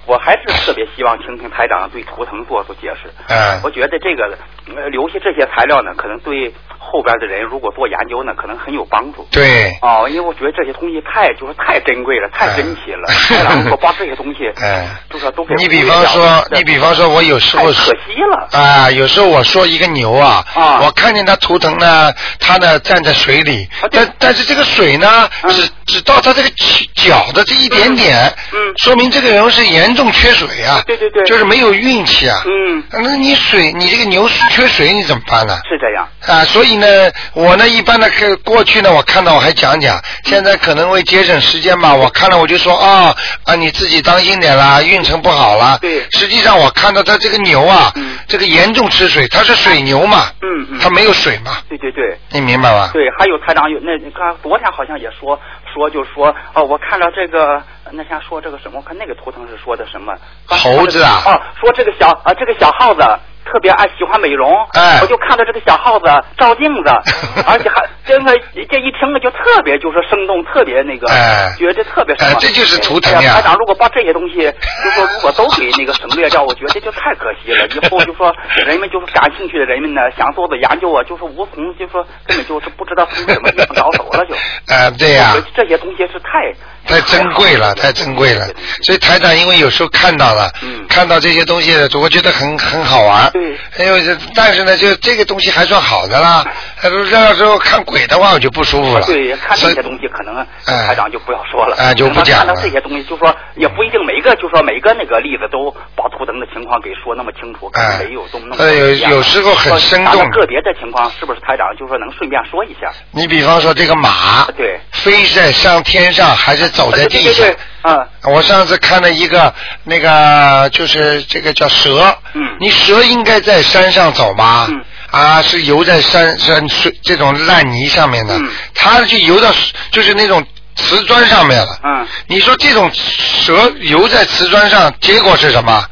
我还是特别希望听听台长对图腾做出解释。
嗯
我觉得这个呃留下这些材料呢，可能对后边的人如果做研究呢，可能很有帮助。
对，
哦，因为我觉得这些东西太就是太珍
嗯
贵了，太珍奇 了。太难我把这些东西，
哎，
就说都给
你比方说，你比方说，我有时候
太可惜了。
啊，有时候我说一个牛啊，
啊
我看见它图腾呢，它呢站在水里，但但是这个水呢，
嗯
只只到它这个脚的这一点点，
嗯
说明这个人是严重缺水啊，对对对，就是没有运气啊，
嗯，
那你水，你这个牛缺水，你怎么办呢？
是这样。
啊，所以呢，我呢一般呢，可过去呢，我看到我还讲讲，
嗯
现在可能为节省时间嘛，我看了我就说啊、啊，你自己当心点啦，运程不好啦。对。实际上我看到它这个牛啊，这个严重吃水，它是水牛嘛，
嗯嗯，
它没有水嘛，
对对对。
你明白吧？
对，还有台长有那你看昨天好像也说说就是说哦，我看到这个那像说这个什么，我看那个图腾是说的什么
猴子啊
哦，说这个小啊这个小耗子特别爱喜欢美容，
哎
我就看到这个小耗子照镜子， 而且还真的这一听呢就特别就是生动，特别那个，
哎
觉得特别什么，
哎这就是图腾呀
哎台长如果把这些东西就说如果都给那个省略掉，我觉得就太可惜 了。以后就说人们就是感兴趣的人们呢，想做的研究啊，就是无从就说根本就是不知道从什么地方着手 了就。
啊，对呀、
我觉得这些东西是太
太珍贵
嗯
了，太珍贵了。所以台长因为有时候看到了，
嗯
看到这些东西，我觉得很很好玩。对。哎呦，这但是呢，就这个东西还算好的啦。呃要时候看鬼的话，我就不舒服了。
对，看这
所以
些东西可能
哎
台长就不要说了，
哎就不讲了
看到这些东西，就说也不一定每一个，就说每一个那个例子都把图腾的情况给说那么清楚，可能
哎
没有这么那么
哎有
一样
有时候很
说
生
咱们
动
个别的情况是不是台长就说能顺便说一下？
你比方说这个马，
对，
飞在上天上还是走在地上？
对对对对嗯。
我上次看了一个那个就是这个叫蛇，嗯，你蛇应该在山上走吗？嗯。啊，是游在山山水这种烂泥上面
嗯
的，它就游到就是那种瓷砖上面了。
嗯。
你说这种蛇游在瓷砖上，结果是什么？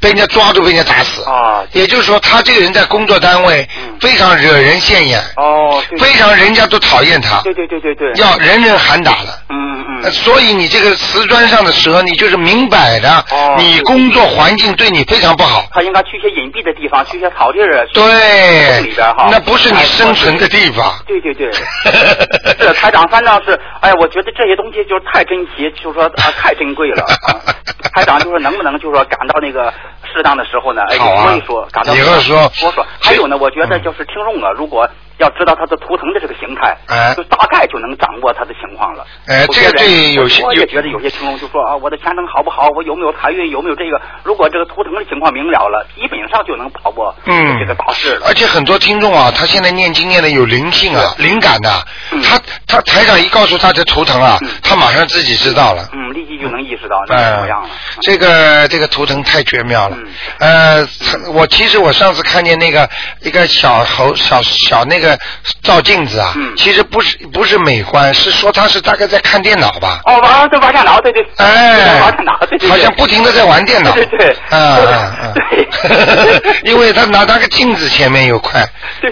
被人家抓住，被人家打死。
啊。嗯
也就是说，他这个人在工作单位非常惹人现眼。
哦，
非常人家都讨厌他，
对对对对对，
要人人喊打的。
嗯嗯。
呃所以你这个瓷砖上的蛇，你就是明摆着，
哦
你工作环境对你非常不好。
他应该去一些隐蔽的地方，去一些草地儿，去
对
洞里边儿哈，哎
那不是你生存的地方
对对 对，是台长，反正是，哎，我觉得这些东西就是太珍奇，就是说 啊，太珍贵了。啊台长就是能不能就是说赶到那个适当的时候呢，哎，
好啊
说一说，赶到
以后说嗯
说说。还有呢，我觉得就是听众啊，如果要知道他的图腾的这个形态，
哎
就大概就能掌握他的情况了。
哎
我
这个
觉得
对有些
我
有
也觉得有些听众就说啊，我的前程好不好？我有没有财运？有没有这个？如果这个图腾的情况明了了，基本上就能把握
嗯
这个大事了。
而且很多听众啊，他现在念经念的有灵性啊，灵感的、
嗯
他他台长一告诉他这图腾啊，他马上自己知道了。
嗯，立即就能意识到那是什么
嗯
样了。，嗯
这个这个图腾太绝妙了。呃，它我其实我上次看见那个一个小猴小小那个照镜子啊，
嗯
其实不是不是美观，是说他是大概在看电脑吧。
哦，玩对玩电脑，对对，
嗯哎，
玩电脑，啊对对，对
好像不停的在玩电脑。
对对对，
啊 啊！嗯 因为他拿那个镜子前面有块，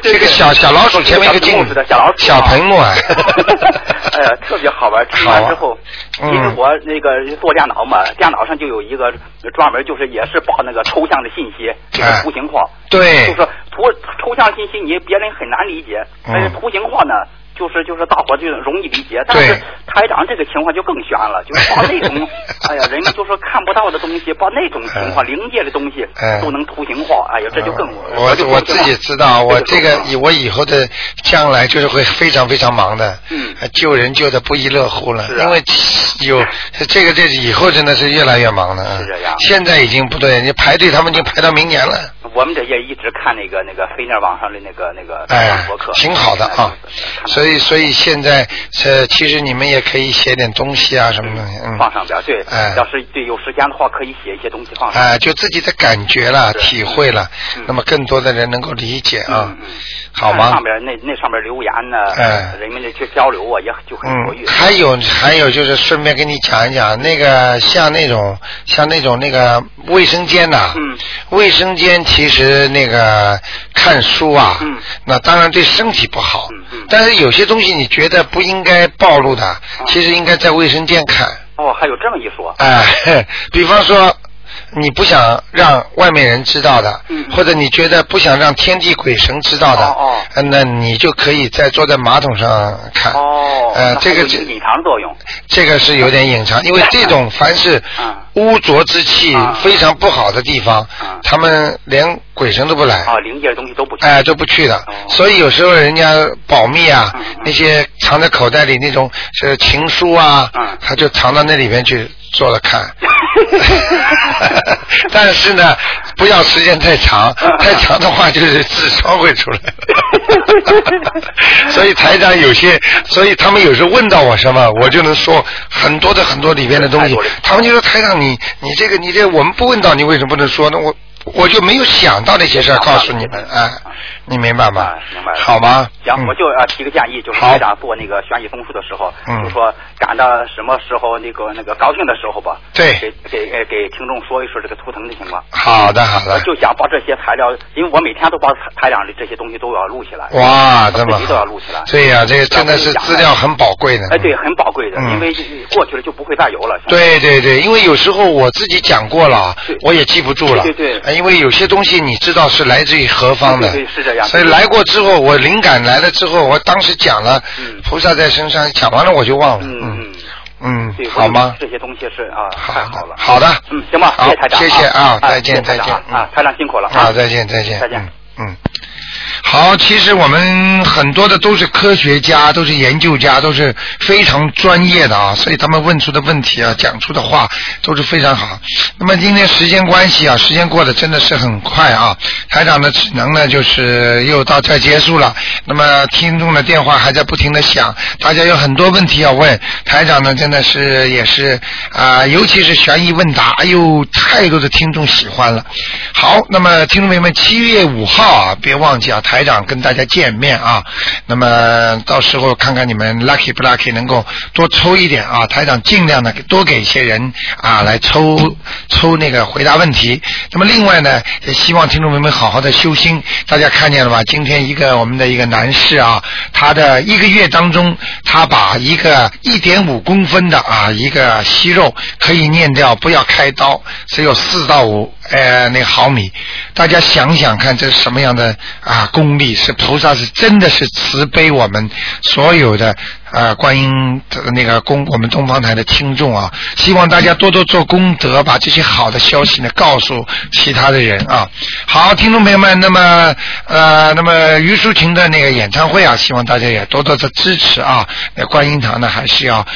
这个小小老鼠前面一
小屏
个镜
幕似
子
的，小老鼠
小
啊
屏幕啊。
哎呀，特别好玩。吃完之后，
嗯
因为我那个做电脑嘛，电脑上就有一个专门就是也是把那个抽象的信息这个
哎
图形化，
对
就是图抽象信息你别人很难理解，
嗯
但是图形化呢，就是就是大伙就容易理解，但是台长这个情况就更悬了，就是把那 种，哎呀，人们就说看不到的东西，把那种情
嗯
况、灵界的东西
哎
都能图形化，哎呀，这就更
嗯我
就
我自己知道，我这个以我以后的将来就是会非常非常忙的，
嗯，
救人救的不亦乐乎了，
是啊
因为有这个这以后真的是越来越忙了，啊
是这样
现在已经不对，你排队他们已经排到明年了，
我们这也一直看那个那个飞鸟网上的那个那个
哎
博客，，
挺好的啊，所以所以现在呃，其实你们也可以写点东西啊什么东西，嗯，
放上边儿对，
哎
要是对有时间的话，可以写一些东西放上。
啊，就自己的感觉了、
是嗯
体会了，那么更多的人能够理解啊，好
看
吗
上？边那那上边留言呢，
哎
人们就去交流啊，也就很活
嗯
跃。，
还有还有就是顺便跟你讲一讲，那个像那种像那种那个卫生间呐、
嗯，
卫生间其实那个看书啊，嗯，那当然对身体不好，嗯嗯，但是有些东西你觉得不应该暴露
啊
的，其实应该在卫生间看，
哦，还有这么一说，
哎， 比方说你不想让外面人知道的，或者你觉得不想让天地鬼神知道的，
嗯哦
呃那你就可以在坐在马桶上看。
哦，
呃，
那
这
还
个
有一
这
隐藏作用，
这个是有点隐藏，因为这种凡是
啊
污浊之气非常不好的地方，他们连鬼神都不来。
啊，灵界的东西都不去。哦嗯
哎，都不去的，所以有时候人家保密啊，那些藏在口袋里那种是情书啊，他就藏到那里边去做了 看。 但是呢，不要时间太 长，太长的话就是痔疮会出来。 所以台长有些，所以他们有时候问到我什么，我就能说很多的很多里边的东西。他们就说台长你你这个你这个我们不问到你为什么不能说呢？我我就没有想到那些事儿告诉你们啊，你明白吗？
啊明白了
好吗？
行，我就啊提个建议，就是台长做那个悬疑综述的时候，
嗯
就说赶到什么时候那个那个高兴的时候吧，
对
给给呃给听众说一说这个图腾的情况。
好的好
我
的，
呃就想把这些材料，因为我每天都把台台长的这些东西都要录起来。
哇，
这
这么
都要
好
录起来。，
对呀、这个真的是资料很宝贵的。
哎，对，很宝贵的，
嗯
因为过去了就不会再有了。
对对对，因为有时候我自己讲过了，我也记不住了。哎
对对
对。因为有些东西你知道是来自于何方的。
对对对是这样
所以来过之后，我灵感来了之后，我当时讲了，
嗯
菩萨在身上讲完了我就忘了。嗯嗯
对，
好吗？
这些东西是啊，太好了。
好的
嗯，行吧，
好
谢谢台长，
谢谢啊
啊，
再见
谢谢台长啊
再见
啊，台长辛苦了啊，
好再见再见
再见。
嗯，好，其实我们很多的都是科学家，都是研究家，都是非常专业的啊，所以他们问出的问题啊，讲出的话都是非常好。那么今天时间关系啊，时间过得真的是很快啊，台长呢只能呢就是又到这儿结束了。那么听众的电话还在不停的响，大家有很多问题要问，台长呢真的是也是啊、尤其是悬疑问答，哎呦，太多的听众喜欢了。好，那么听众朋友们，七月五号啊，别忘记啊，台长跟大家见面啊。那么到时候看看你们 lucky 不 lucky，能够多抽一点啊。台长尽量的多给一些人啊来抽抽那个回答问题。那么另外呢，也希望听众朋友们好好的修心。大家看见了吧？今天一个我们的一个男士啊，他的一个月当中，他把一个一点五公分的啊一个息肉可以念掉，不要开刀，只有四到五呃那个毫米。大家想想看，这是什么样的啊功力？是菩萨是真的是慈悲我们所有的啊观音的那个公我们东方台的听众啊，希望大家多多做功德，把这些好的消息呢告诉其他的人啊。好，听众朋友们，那么呃，那么于淑琴的那个演唱会啊，希望大家也多多的支持啊。那观音堂呢，还是要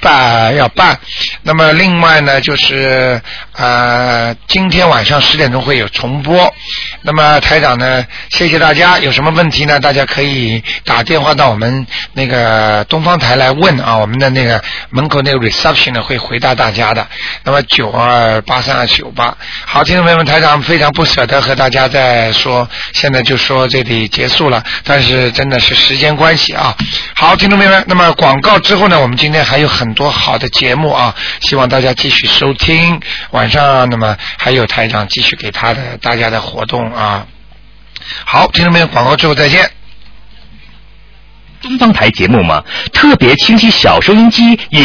办要办。那么另外呢，就是呃，今天晚上十点钟会有重播。那么台长呢，谢谢大家。有什么问题呢？大家可以打电话到我们那个东方台来问啊，我们的那个门口那个 reception 呢会回答大家的。那么九二八三二九八，好，听众朋友们，台长非常不舍得和大家再说，现在就说这里结束了，但是真的是时间关系啊。好，听众朋友们，那么广告之后呢，我们今天还有很多好的节目啊，希望大家继续收听。晚上那么还有台长继续给他的大家的活动啊。好，听众朋友，广告之后再见。
东方台节目嘛，特别清晰小收音机也。